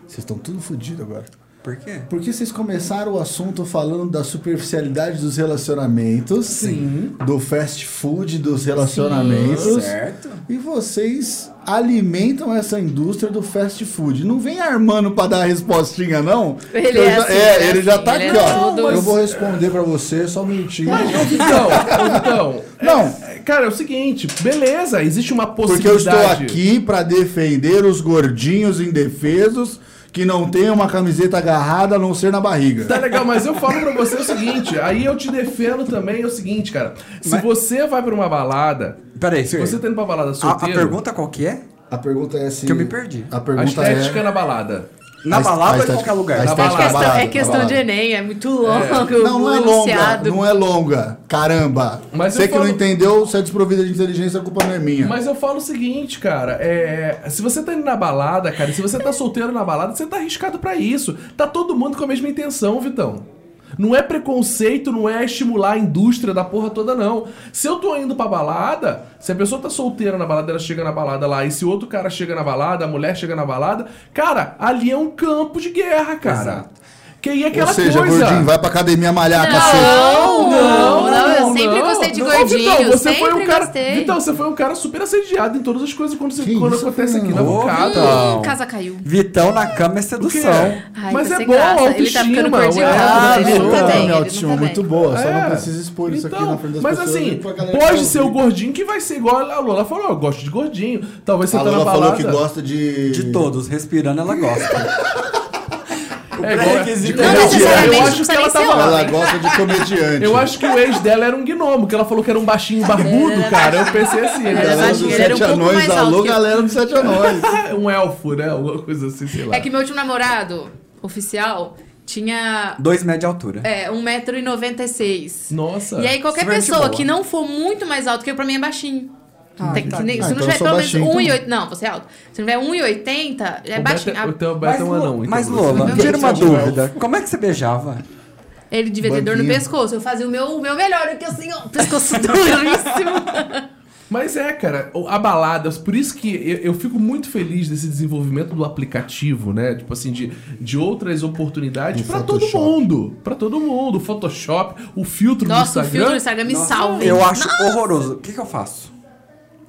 Speaker 2: Vocês estão tudo fodidos agora.
Speaker 4: Por quê?
Speaker 2: Porque vocês começaram o assunto falando da superficialidade dos relacionamentos. Sim. Do fast food dos relacionamentos.
Speaker 4: Certo.
Speaker 2: E vocês alimentam essa indústria do fast food. Não vem armando pra dar a respostinha, não.
Speaker 3: Ele
Speaker 2: Que eu
Speaker 3: é
Speaker 2: já-
Speaker 3: assim,
Speaker 2: é,
Speaker 3: ele é
Speaker 2: ele já
Speaker 3: assim,
Speaker 2: tá
Speaker 3: ele
Speaker 2: aqui,
Speaker 3: é
Speaker 2: ó.
Speaker 3: todo-
Speaker 2: Eu vou responder pra você, só um minutinho.
Speaker 1: Ô, Então, Vitão, ô, Vitão.
Speaker 2: Não,
Speaker 1: É, Cara, é o seguinte, beleza, existe uma
Speaker 2: porque eu
Speaker 1: possibilidade.
Speaker 2: estou aqui pra defender os gordinhos indefesos que não têm uma camiseta agarrada a não ser na
Speaker 1: Tá
Speaker 2: barriga.
Speaker 1: legal, mas eu falo pra você o seguinte, aí eu te defendo também, é o seguinte, cara. Se você vai pra uma balada,
Speaker 4: Peraí,
Speaker 1: se você tá indo pra balada
Speaker 4: a, a
Speaker 1: solteiro,
Speaker 4: pergunta qual que é?
Speaker 2: A pergunta é se.
Speaker 4: Que eu me perdi.
Speaker 2: A
Speaker 1: a
Speaker 2: pergunta
Speaker 1: estética
Speaker 2: é.
Speaker 1: na balada.
Speaker 4: Na
Speaker 2: A est- a
Speaker 4: balada ou em
Speaker 2: estética-
Speaker 4: qualquer lugar?
Speaker 2: a
Speaker 1: Na
Speaker 3: Então,
Speaker 1: balada,
Speaker 3: é questão,
Speaker 2: balada,
Speaker 3: é questão
Speaker 2: balada.
Speaker 3: de Enem, é muito longo,
Speaker 2: Não, não é longa,
Speaker 3: enunciado.
Speaker 2: não é longa. Caramba.
Speaker 1: Mas
Speaker 2: você
Speaker 1: eu
Speaker 2: que
Speaker 1: falo-
Speaker 2: não entendeu, você é desprovida de inteligência, a culpa não é minha.
Speaker 1: Mas eu falo o seguinte, cara, é, se você tá indo na balada, cara, se você tá solteiro na balada, você tá arriscado pra isso. Tá todo mundo com a mesma intenção, Vitão. Não é preconceito, não é estimular a indústria da porra toda, não. Se eu tô indo pra balada, se a pessoa tá solteira na balada, ela chega na balada lá, e se outro cara chega na balada, a mulher chega na balada, cara, ali é um campo de guerra, cara.
Speaker 4: Exato.
Speaker 1: Que aí é aquela
Speaker 2: Ou seja,
Speaker 1: coisa.
Speaker 2: gordinho, vai pra academia malhar, cacete.
Speaker 3: Não, não, eu sempre gostei de
Speaker 1: não.
Speaker 3: gordinho.
Speaker 1: Vitão, você
Speaker 3: sempre
Speaker 1: foi um cara,
Speaker 3: gostei.
Speaker 1: Vitão, você foi um cara super assediado em todas as coisas quando, você-
Speaker 2: Que
Speaker 1: quando
Speaker 2: isso,
Speaker 1: acontece aqui na
Speaker 2: Fernando?
Speaker 1: bancada.
Speaker 4: Vitão.
Speaker 3: Hum, casa caiu.
Speaker 4: Vitão na cama é
Speaker 1: O quê?
Speaker 4: sedução.
Speaker 3: Ai,
Speaker 1: Mas
Speaker 3: tá
Speaker 1: é
Speaker 3: sem
Speaker 1: bom, a
Speaker 3: graça. Ele tá
Speaker 1: autoestima.
Speaker 3: ficando
Speaker 1: ué.
Speaker 3: cordioso,
Speaker 2: Ah,
Speaker 3: ele não
Speaker 2: zoou,
Speaker 3: tá bem, ele
Speaker 2: minha
Speaker 3: não
Speaker 2: autoestima
Speaker 3: tá bem.
Speaker 2: muito boa, só
Speaker 1: É.
Speaker 2: não precisa expor isso aqui na frente das
Speaker 1: mas
Speaker 2: pessoas.
Speaker 1: assim,
Speaker 2: pra galera que tá vai
Speaker 1: pode ser o
Speaker 2: ouvir.
Speaker 1: gordinho que vai ser igual a Lola falou, eu gosto de gordinho. Talvez você
Speaker 2: A
Speaker 1: tá na
Speaker 2: Lola
Speaker 1: balada.
Speaker 2: falou que gosta de...
Speaker 4: De todos, respirando ela gosta. o
Speaker 1: É,
Speaker 4: pré-requisito
Speaker 3: Não
Speaker 4: é
Speaker 1: Eu-
Speaker 3: necessariamente
Speaker 1: eu
Speaker 3: não
Speaker 1: acho que
Speaker 3: precisa
Speaker 1: ela
Speaker 3: nem ser
Speaker 1: tava
Speaker 3: homem.
Speaker 2: Ela gosta de comediante.
Speaker 1: Eu acho que o ex dela era um gnomo, que ela falou que era um baixinho barbudo, cara. Eu pensei assim,
Speaker 3: Ele
Speaker 1: né?
Speaker 3: era
Speaker 2: Galera
Speaker 3: baixinho,
Speaker 2: dos
Speaker 3: ele era um
Speaker 2: Sete
Speaker 3: pouco
Speaker 2: Anões,
Speaker 3: mais alto
Speaker 2: alô,
Speaker 3: que eu.
Speaker 2: galera dos Sete Anões.
Speaker 1: um elfo, né? Alguma coisa assim, sei lá.
Speaker 3: É que meu último namorado, oficial, tinha
Speaker 4: Dois metros de altura.
Speaker 3: é, 1,96m.
Speaker 1: Nossa.
Speaker 3: E aí qualquer
Speaker 4: Super de
Speaker 3: pessoa
Speaker 4: boa.
Speaker 3: que não for muito mais alto que eu, pra mim é baixinho. Tem que- nem-
Speaker 2: Ah,
Speaker 3: se
Speaker 2: então
Speaker 3: não tiver
Speaker 2: eu sou
Speaker 3: pelo menos
Speaker 2: baixinho,
Speaker 3: 1,80. Não, você é alto. Se não tiver 1,80, já é
Speaker 1: o Beto,
Speaker 3: baixinho.
Speaker 1: é-
Speaker 3: Ah,
Speaker 1: o teu Beto é um
Speaker 4: Lu-
Speaker 1: anão. então,
Speaker 4: mas
Speaker 1: você-
Speaker 4: Lola,
Speaker 3: Meu
Speaker 4: tira
Speaker 3: Deus,
Speaker 4: uma
Speaker 3: Sete Anões.
Speaker 4: dúvida. Como é que você beijava?
Speaker 3: Ele devia ter dor no
Speaker 2: Banquinho.
Speaker 3: pescoço. Eu fazia o meu, o meu melhor, porque assim, ó, pescoço duríssimo.
Speaker 1: Mas é, cara, o- a balada, por isso que eu, eu fico muito feliz desse desenvolvimento do aplicativo, né? Tipo assim, de, de outras oportunidades
Speaker 2: Do
Speaker 1: pra todo
Speaker 2: Um Photoshop.
Speaker 1: mundo. Pra todo mundo. O Photoshop, o filtro
Speaker 3: Nossa,
Speaker 1: do
Speaker 3: o filtro do
Speaker 1: Instagram.
Speaker 3: Instagram me salve.
Speaker 4: Eu acho horroroso. O que, que eu faço?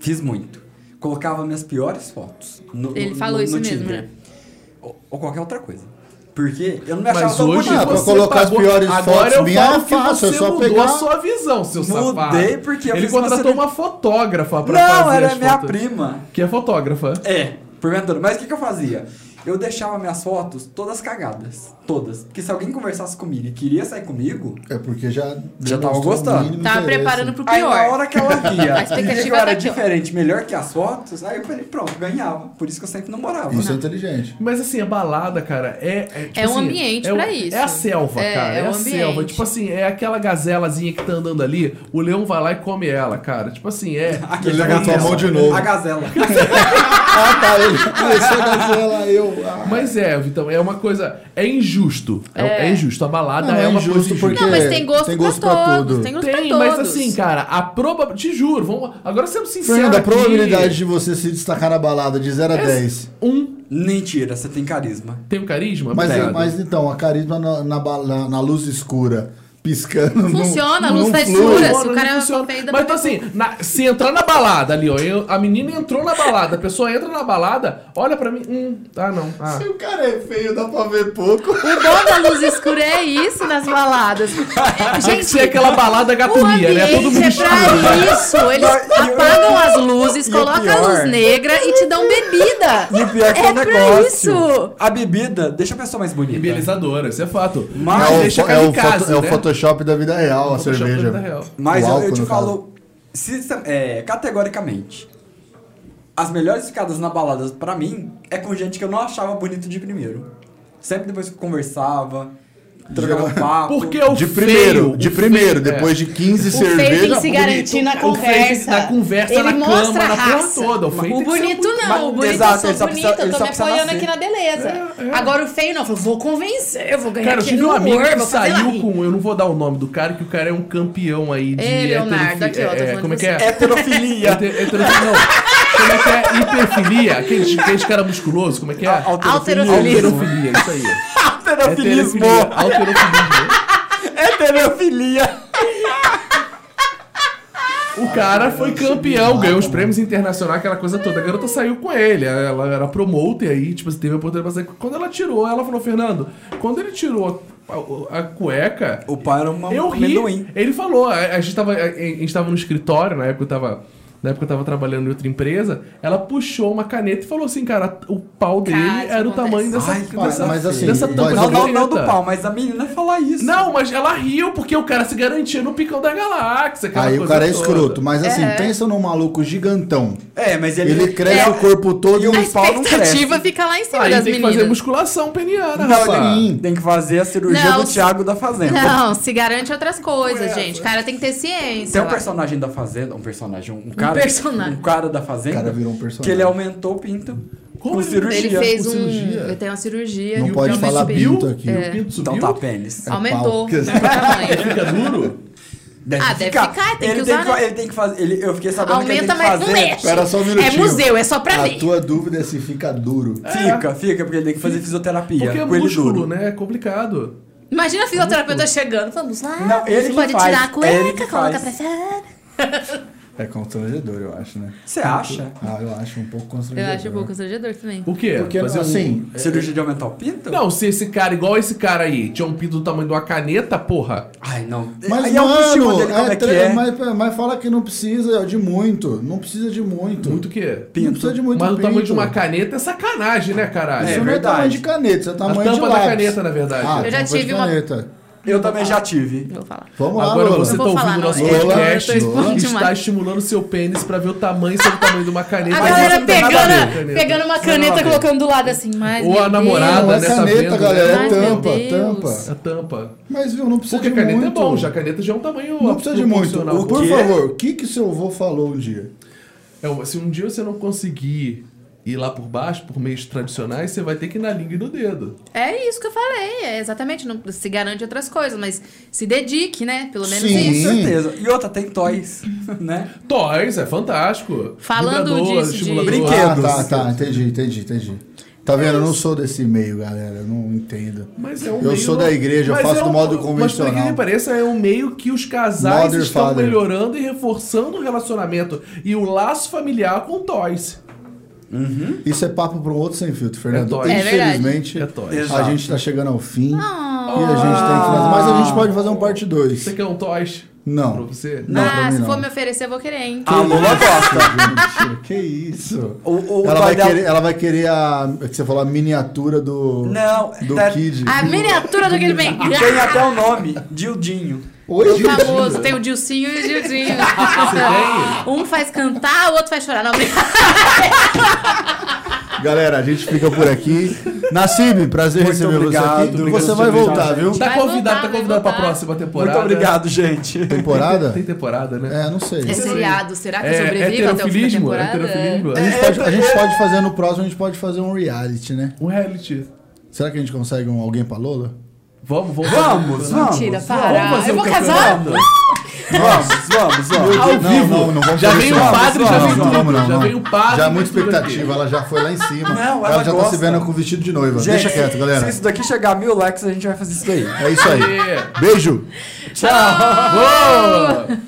Speaker 4: Fiz muito. Colocava minhas piores fotos. No,
Speaker 3: Ele
Speaker 4: no-
Speaker 3: falou
Speaker 4: no
Speaker 3: isso mesmo,
Speaker 4: Tinder.
Speaker 3: né?
Speaker 4: Ou, ou qualquer outra coisa. Porque eu não me achava
Speaker 1: Mas
Speaker 4: tão
Speaker 1: hoje
Speaker 4: bonito. assim.
Speaker 2: Ah, pra
Speaker 1: você
Speaker 2: colocar as
Speaker 1: pagou-
Speaker 2: piores
Speaker 1: Agora
Speaker 2: fotos
Speaker 1: eu
Speaker 2: minha
Speaker 1: falo
Speaker 2: é
Speaker 1: que
Speaker 2: fácil, é
Speaker 1: você
Speaker 2: só
Speaker 1: mudou
Speaker 2: pegar-
Speaker 1: a sua visão, seu
Speaker 4: Mudei
Speaker 1: safado.
Speaker 4: porque eu
Speaker 1: Ele
Speaker 4: fiz uma
Speaker 1: contratou
Speaker 4: sele-
Speaker 1: uma fotógrafa pra
Speaker 4: Não,
Speaker 1: fazer
Speaker 4: era
Speaker 1: as
Speaker 4: minha
Speaker 1: fotos.
Speaker 4: prima.
Speaker 1: Que é fotógrafa.
Speaker 4: É, porventura. Mas o que, que eu fazia? Eu deixava minhas fotos todas cagadas. Todas. Porque se alguém conversasse comigo e queria sair comigo,
Speaker 2: É porque já...
Speaker 4: Já tava
Speaker 2: demonstrou o
Speaker 4: gostando.
Speaker 2: mínimo
Speaker 1: é
Speaker 3: Tava
Speaker 2: interesse.
Speaker 3: preparando pro
Speaker 4: aí na
Speaker 3: pior.
Speaker 4: hora que ela
Speaker 3: A
Speaker 4: via que
Speaker 3: expectativa
Speaker 4: eu era
Speaker 3: tá aqui, ó.
Speaker 4: diferente, melhor que as fotos, aí eu falei, pronto, ganhava. Por isso que eu sempre né? namorava.
Speaker 2: Isso é inteligente.
Speaker 1: Mas assim, a balada, cara, é. É, tipo
Speaker 3: É um
Speaker 1: assim,
Speaker 3: ambiente
Speaker 1: é o-
Speaker 3: pra isso.
Speaker 1: É a selva,
Speaker 3: É,
Speaker 1: cara. É,
Speaker 3: é um
Speaker 1: a
Speaker 3: ambiente.
Speaker 1: selva. Tipo assim, é aquela gazelazinha que tá andando ali, o leão vai lá e come ela, cara. Tipo assim, é.
Speaker 4: Aqui,
Speaker 2: Ele
Speaker 4: a
Speaker 2: levantou a
Speaker 4: gazela.
Speaker 2: mão de novo.
Speaker 4: A gazela.
Speaker 2: Ah, tá, ele começou a gazela, eu... Ah.
Speaker 1: Mas é, Vitão, é uma coisa. É injusto. É, é injusto. A balada
Speaker 2: Não,
Speaker 1: é
Speaker 2: é
Speaker 1: uma
Speaker 2: injusto
Speaker 1: coisa injusta.
Speaker 2: porque-
Speaker 3: Não, mas tem gosto,
Speaker 2: é, Tem gosto
Speaker 3: pra,
Speaker 2: pra
Speaker 3: todos.
Speaker 2: tudo.
Speaker 3: Tem gosto
Speaker 1: Tem,
Speaker 3: pra
Speaker 1: mas
Speaker 3: todos.
Speaker 1: assim, cara, a proba. Te juro, vamos. Agora sendo sincero.
Speaker 2: Fernanda, a
Speaker 1: aqui,
Speaker 2: probabilidade de você se destacar na balada de 0 a 10.
Speaker 1: Um,
Speaker 4: Mentira, você tem carisma.
Speaker 1: tem um carisma?
Speaker 2: Mas,
Speaker 1: Obrigado.
Speaker 2: mas então, a carisma na, na, ba- na- na luz escura, piscando. não-
Speaker 3: Funciona, a
Speaker 2: não
Speaker 3: luz tá
Speaker 2: flui.
Speaker 3: escura. se o
Speaker 1: não
Speaker 3: cara é
Speaker 1: funciona.
Speaker 3: feio, dá
Speaker 1: Mas então
Speaker 3: pra
Speaker 1: assim, na- se entrar na balada ali, ó, eu- a menina entrou na balada, a pessoa entra na balada, olha pra mim, hum, ah não, ah.
Speaker 2: Se o cara é feio, dá pra ver pouco.
Speaker 3: O bom da luz escura é isso nas baladas. É,
Speaker 1: Tem que
Speaker 3: gente,
Speaker 1: ser aquela balada
Speaker 3: o
Speaker 1: gatomia, né? Todo
Speaker 3: ambiente
Speaker 1: mundo né?
Speaker 3: é
Speaker 1: escuro.
Speaker 3: pra isso. Eles
Speaker 4: Não, e o-
Speaker 3: apagam as luzes,
Speaker 4: e o
Speaker 3: colocam a
Speaker 4: pior-
Speaker 3: luz negra e te dão bebida.
Speaker 4: E o pior que é
Speaker 3: é
Speaker 4: o negócio.
Speaker 3: pra isso.
Speaker 4: A bebida deixa a pessoa mais bonita.
Speaker 1: Embelezadora, isso é fato.
Speaker 4: Mas-
Speaker 2: É
Speaker 1: Mas
Speaker 2: o,
Speaker 1: deixa
Speaker 2: fo-
Speaker 1: cair
Speaker 2: é
Speaker 1: em
Speaker 2: o
Speaker 1: casa,
Speaker 2: foto- é o
Speaker 1: né?
Speaker 2: Photoshop da vida real, a
Speaker 1: Photoshop da
Speaker 2: cerveja.
Speaker 1: vida real.
Speaker 4: Mas
Speaker 2: O
Speaker 4: eu- eu,
Speaker 2: álcool,
Speaker 4: te
Speaker 2: no
Speaker 4: falo, sincer- é, categoricamente, as melhores ficadas na balada, pra mim, é com gente que eu não achava bonito de primeiro. Sempre depois que eu conversava, trocava papo.
Speaker 1: Porque É o
Speaker 2: De
Speaker 1: feio-
Speaker 2: primeiro,
Speaker 1: o
Speaker 2: de
Speaker 1: feio-
Speaker 2: primeiro,
Speaker 1: é.
Speaker 2: depois de 15
Speaker 5: O feio tem que
Speaker 2: cervejas.
Speaker 5: se garantir na
Speaker 1: O feio tem que-
Speaker 5: conversa.
Speaker 1: na conversa,
Speaker 5: Ele
Speaker 1: na
Speaker 5: mostra
Speaker 1: cama, na
Speaker 5: a
Speaker 1: porra
Speaker 5: raça.
Speaker 1: toda. O feio
Speaker 5: O
Speaker 1: tem que ser
Speaker 5: bonito não, o
Speaker 1: muito-
Speaker 4: mas-
Speaker 5: bonito
Speaker 4: exato,
Speaker 5: eu
Speaker 4: ele só
Speaker 5: sou
Speaker 4: precisa-
Speaker 5: bonita,
Speaker 4: ele
Speaker 5: eu tô
Speaker 4: só
Speaker 5: me
Speaker 4: precisa
Speaker 5: apoiando
Speaker 4: nascer.
Speaker 5: aqui na beleza. Agora o feio não, eu falo, vou convencer, eu vou ganhar
Speaker 1: É, Cara, eu
Speaker 5: aqui
Speaker 1: tive
Speaker 5: no
Speaker 1: um amigo
Speaker 5: humor,
Speaker 1: que
Speaker 5: vou fazer lá
Speaker 1: saiu
Speaker 5: rir.
Speaker 1: com. Eu não vou dar o nome do cara, que o cara é um campeão aí de.
Speaker 3: Ei,
Speaker 1: heterofi-
Speaker 3: Leonardo, aqui, ó, tô
Speaker 1: é,
Speaker 3: falando
Speaker 1: Como é
Speaker 3: de
Speaker 1: que
Speaker 3: você.
Speaker 1: é?
Speaker 4: Heterofilia.
Speaker 1: Heter- heterofilia, não. Como é que é? Hiperfilia? Aqueles, aqueles cara musculoso, como é que é?
Speaker 4: A- Alterofilismo.
Speaker 1: Alterofilia, isso aí.
Speaker 4: Alterofilismo.
Speaker 1: Heterofilia, Alterofilismo.
Speaker 4: Heterofilia.
Speaker 1: O cara foi campeão, ganhou os prêmios internacionais, aquela coisa toda. A garota saiu com ele, ela era promoter aí, tipo, teve a oportunidade de sair. Quando ela tirou, ela falou, Fernando, quando ele tirou a, a- a cueca,
Speaker 4: O pai era uma
Speaker 1: Eu ri.
Speaker 4: amendoim.
Speaker 1: Ele falou, a, a gente tava, a, a gente tava no escritório, na época eu tava. Na época eu tava trabalhando em outra empresa, ela puxou uma caneta e falou assim, cara, o pau dele
Speaker 3: Cara, isso
Speaker 1: era o
Speaker 3: acontece.
Speaker 1: tamanho dessa.
Speaker 4: Ai, que coisa
Speaker 1: dessa-
Speaker 2: mas assim,
Speaker 1: dessa
Speaker 2: mas-
Speaker 1: tampa de
Speaker 4: Não, não, não do
Speaker 1: caneta.
Speaker 4: pau, mas a menina falar isso.
Speaker 1: Não, mas ela riu porque o cara se garantia no picão da galáxia. aquela
Speaker 2: Aí o
Speaker 1: coisa
Speaker 2: cara é
Speaker 1: toda.
Speaker 2: escroto, mas assim,
Speaker 5: É.
Speaker 2: pensa num maluco gigantão.
Speaker 4: É, mas ele...
Speaker 2: Ele cresce
Speaker 4: é,
Speaker 2: o corpo todo e
Speaker 4: e
Speaker 2: o
Speaker 3: A
Speaker 1: um
Speaker 4: o pau não cresce.
Speaker 3: expectativa fica lá em cima
Speaker 1: Tá, Aí tem
Speaker 3: das
Speaker 1: que fazer um
Speaker 3: meninas.
Speaker 1: musculação peniana,
Speaker 4: Não,
Speaker 1: rapaz.
Speaker 4: tem- Tem que fazer a cirurgia
Speaker 3: Não,
Speaker 4: do Thiago da Fazenda.
Speaker 3: Não, se garante outras coisas, gente. O cara tem que ter ciência.
Speaker 4: Tem um
Speaker 3: eu acho.
Speaker 4: personagem da Fazenda, um personagem, um cara.
Speaker 3: personagem.
Speaker 4: um cara da Fazenda.
Speaker 2: O cara virou um personagem.
Speaker 4: Que ele aumentou o pinto.
Speaker 1: Como
Speaker 4: Com
Speaker 1: ele-
Speaker 4: cirurgia.
Speaker 3: Ele fez
Speaker 2: com
Speaker 3: um.
Speaker 2: cirurgia?
Speaker 3: Ele tem uma cirurgia.
Speaker 2: Não
Speaker 1: E o
Speaker 2: pode
Speaker 1: pinto
Speaker 2: falar
Speaker 1: subiu?
Speaker 2: pinto aqui.
Speaker 3: É.
Speaker 1: E o pinto
Speaker 3: um
Speaker 4: Então
Speaker 1: subiu?
Speaker 4: tá,
Speaker 3: Ah,
Speaker 4: pênis.
Speaker 3: Aumentou.
Speaker 2: pau.
Speaker 3: o tamanho.
Speaker 1: Fica é duro?
Speaker 4: Deve
Speaker 3: Ah, deve ficar, tem
Speaker 4: ele
Speaker 3: que
Speaker 4: tem
Speaker 3: usar,
Speaker 4: que, fa-
Speaker 3: né?
Speaker 4: Ele tem que fazer. Ele, eu fiquei sabendo que ele
Speaker 3: Aumenta
Speaker 4: tem que
Speaker 3: mais.
Speaker 4: fazer.
Speaker 5: Não mexe.
Speaker 2: Pera só um
Speaker 5: é
Speaker 2: minutinho.
Speaker 5: museu, é só pra
Speaker 2: A
Speaker 5: ver.
Speaker 2: tua dúvida é se fica duro.
Speaker 3: É.
Speaker 4: Fica, fica, porque ele tem que fazer fisioterapia.
Speaker 1: Porque é
Speaker 4: com ele duro.
Speaker 1: músculo, né? É complicado.
Speaker 5: Imagina a fisioterapeuta chegando. Vamos lá.
Speaker 4: Não, ele
Speaker 5: você
Speaker 4: que
Speaker 5: pode
Speaker 4: faz,
Speaker 5: tirar a
Speaker 4: é ele
Speaker 5: cueca,
Speaker 4: que
Speaker 5: coloca
Speaker 4: faz.
Speaker 5: pra fora.
Speaker 2: É constrangedor, eu acho, né?
Speaker 4: Você acha?
Speaker 2: Ah, eu acho um pouco
Speaker 3: Eu
Speaker 2: constrangedor.
Speaker 3: acho um pouco constrangedor também.
Speaker 1: O
Speaker 4: É,
Speaker 1: quê?
Speaker 2: Porque,
Speaker 1: Fazer um-
Speaker 2: assim,
Speaker 3: É.
Speaker 4: Cirurgia de aumentar o pinto?
Speaker 1: Não, se esse cara, igual esse cara aí, tinha um pinto do tamanho de uma caneta, porra.
Speaker 4: Ai, não.
Speaker 2: Mas,
Speaker 4: Aí é o
Speaker 2: mano,
Speaker 4: cochilo dele, como
Speaker 2: é
Speaker 4: é que
Speaker 2: tre-
Speaker 4: é?
Speaker 2: Mas, mas fala que não precisa de muito. Não precisa de muito.
Speaker 1: Muito o quê?
Speaker 2: Não precisa de muito
Speaker 1: Mas o tamanho
Speaker 2: pinto.
Speaker 1: de uma caneta é sacanagem, né, caralho?
Speaker 2: Isso
Speaker 4: É
Speaker 2: não é
Speaker 4: verdade.
Speaker 2: tamanho de caneta, isso é
Speaker 1: A
Speaker 2: tamanho de
Speaker 1: tampa da
Speaker 2: lápis.
Speaker 1: caneta, na verdade.
Speaker 2: Ah,
Speaker 3: Eu já
Speaker 2: tampa de
Speaker 3: tive uma-
Speaker 2: caneta.
Speaker 4: Eu também já tive.
Speaker 3: Vou falar.
Speaker 2: Vamos lá,
Speaker 1: Agora
Speaker 2: Lola.
Speaker 1: você
Speaker 3: Eu
Speaker 1: tá
Speaker 3: vou
Speaker 1: ouvindo
Speaker 3: falar,
Speaker 1: nosso
Speaker 3: não.
Speaker 2: É,
Speaker 1: podcast
Speaker 2: eu tô
Speaker 1: e
Speaker 3: expondo
Speaker 1: está
Speaker 3: demais.
Speaker 1: estimulando seu pênis pra ver o tamanho sobre o tamanho de uma caneta.
Speaker 5: A
Speaker 1: Mas
Speaker 5: galera
Speaker 1: isso não tem nada a ver,
Speaker 5: pegando,
Speaker 1: caneta.
Speaker 5: pegando uma
Speaker 1: Isso não tem nada
Speaker 5: caneta
Speaker 1: a ver.
Speaker 5: colocando do lado assim, mas.
Speaker 1: Ou
Speaker 5: meu
Speaker 1: a
Speaker 5: Deus.
Speaker 1: namorada,
Speaker 2: Não é
Speaker 1: né?
Speaker 2: caneta,
Speaker 1: sabendo,
Speaker 2: galera.
Speaker 1: né?
Speaker 2: É
Speaker 3: Ai,
Speaker 2: tampa,
Speaker 3: meu Deus.
Speaker 1: A
Speaker 2: tampa.
Speaker 1: tampa.
Speaker 2: Mas, viu, não precisa
Speaker 1: Porque a
Speaker 2: de
Speaker 1: caneta
Speaker 2: muito.
Speaker 1: é bom, já a caneta já é um tamanho
Speaker 2: Não precisa de muito.
Speaker 1: proporcional.
Speaker 2: Por
Speaker 4: quê?
Speaker 2: favor, o que que seu avô falou um dia?
Speaker 1: É, se um dia você não conseguir ir lá por baixo, por meios tradicionais, você vai ter que ir na língua e no dedo.
Speaker 3: É isso que eu falei, é exatamente. Não se garante outras coisas, mas se dedique, né? Pelo menos
Speaker 2: Sim.
Speaker 4: Com
Speaker 3: isso.
Speaker 4: certeza. E outra, tem toys, né?
Speaker 1: Toys, é fantástico.
Speaker 3: Falando
Speaker 1: Vibrador,
Speaker 3: disso, de-
Speaker 1: estimulador.
Speaker 4: Brinquedo.
Speaker 2: Ah,
Speaker 4: Brinquedos.
Speaker 2: tá, tá, entendi, entendi, entendi. Tá vendo? Eu não sou desse meio, galera. Eu não entendo.
Speaker 1: Mas é um
Speaker 2: Eu
Speaker 1: meio-
Speaker 2: sou da igreja, eu
Speaker 1: mas
Speaker 2: faço
Speaker 1: é
Speaker 2: do
Speaker 1: um-
Speaker 2: modo
Speaker 1: Mas por que
Speaker 2: convencional.
Speaker 1: pareça, é um meio que os casais
Speaker 2: Mother,
Speaker 1: estão
Speaker 2: father.
Speaker 1: melhorando e reforçando o relacionamento e o laço familiar com toys.
Speaker 2: Isso é papo para um outro sem filtro, Fernando.
Speaker 1: É
Speaker 3: verdade.
Speaker 2: Infelizmente,
Speaker 1: É toy.
Speaker 2: a
Speaker 4: Exato.
Speaker 2: gente tá chegando ao fim. E a gente tem que fazer. Mas a gente pode fazer um parte 2.
Speaker 1: Você quer um toys?
Speaker 2: Não.
Speaker 1: Pra você?
Speaker 2: Não, pra
Speaker 3: ah,
Speaker 2: mim
Speaker 3: se
Speaker 2: não.
Speaker 3: for me oferecer, eu vou querer, hein?
Speaker 4: A Ah, Lula gosta.
Speaker 2: Gente, Tá que isso?
Speaker 4: O- o
Speaker 2: ela,
Speaker 4: pai
Speaker 2: vai
Speaker 4: dela-
Speaker 2: querer, ela vai querer a. é que você falou a miniatura do.
Speaker 4: Não,
Speaker 2: do
Speaker 4: tá-
Speaker 2: Kid.
Speaker 3: A miniatura do Guilherme.
Speaker 4: Tem até o nome, Dildinho.
Speaker 2: Hoje
Speaker 3: O Tá famoso, tem o Dilcinho e o Dilzinho. um faz cantar, o outro faz chorar. Não, brincadeira.
Speaker 2: Galera, a gente fica por aqui. Nassib, prazer
Speaker 4: Muito
Speaker 2: receber
Speaker 4: obrigado,
Speaker 2: você aqui.
Speaker 4: obrigado
Speaker 2: Você
Speaker 4: por
Speaker 2: vai
Speaker 4: ter vindo,
Speaker 2: voltar,
Speaker 4: gente.
Speaker 2: viu?
Speaker 1: Tá
Speaker 3: um Vai voltar,
Speaker 1: convidado, tá
Speaker 3: vai
Speaker 1: convidado pra
Speaker 3: voltar.
Speaker 1: próxima temporada.
Speaker 4: Muito obrigado, gente.
Speaker 2: Temporada?
Speaker 1: Tem temporada, né? É
Speaker 2: É, não sei.
Speaker 3: É seriado, será que eu sobrevivo até o fim da
Speaker 1: heterofilismo? É
Speaker 3: temporada? É.
Speaker 1: heterofilismo?
Speaker 2: A gente, pode, a
Speaker 4: É,
Speaker 2: gente pode fazer no próximo, a gente pode fazer um reality, né?
Speaker 1: Um reality.
Speaker 2: Será que a gente consegue um alguém pra Lola?
Speaker 1: Vamos, vamos.
Speaker 4: Vamos, vamos.
Speaker 3: Mentira,
Speaker 4: vamos,
Speaker 3: para.
Speaker 1: fazer
Speaker 5: eu
Speaker 1: um
Speaker 5: vou casar?
Speaker 1: campeonato?
Speaker 4: Vamos, vamos, vamos.
Speaker 1: Ao
Speaker 2: não,
Speaker 1: vivo.
Speaker 2: não, não vamos
Speaker 1: já
Speaker 2: fazer
Speaker 1: vem o
Speaker 2: isso, não.
Speaker 1: padre, já
Speaker 4: Vamos,
Speaker 1: vem
Speaker 2: não,
Speaker 1: tudo.
Speaker 2: não, não,
Speaker 1: já
Speaker 2: não.
Speaker 1: vem o padre.
Speaker 2: Já é
Speaker 1: vem
Speaker 2: muita
Speaker 1: tudo aqui.
Speaker 2: expectativa, ela já foi lá em cima.
Speaker 4: Não,
Speaker 2: ela, já
Speaker 4: ela
Speaker 2: tá
Speaker 4: gosta.
Speaker 2: se vendo com o vestido de noiva.
Speaker 4: Gente,
Speaker 2: Deixa quieto, galera.
Speaker 4: Se isso daqui chegar a mil likes, a gente vai fazer isso daí.
Speaker 2: É isso aí.
Speaker 1: É.
Speaker 2: Beijo!
Speaker 4: Tchau.
Speaker 1: Boa!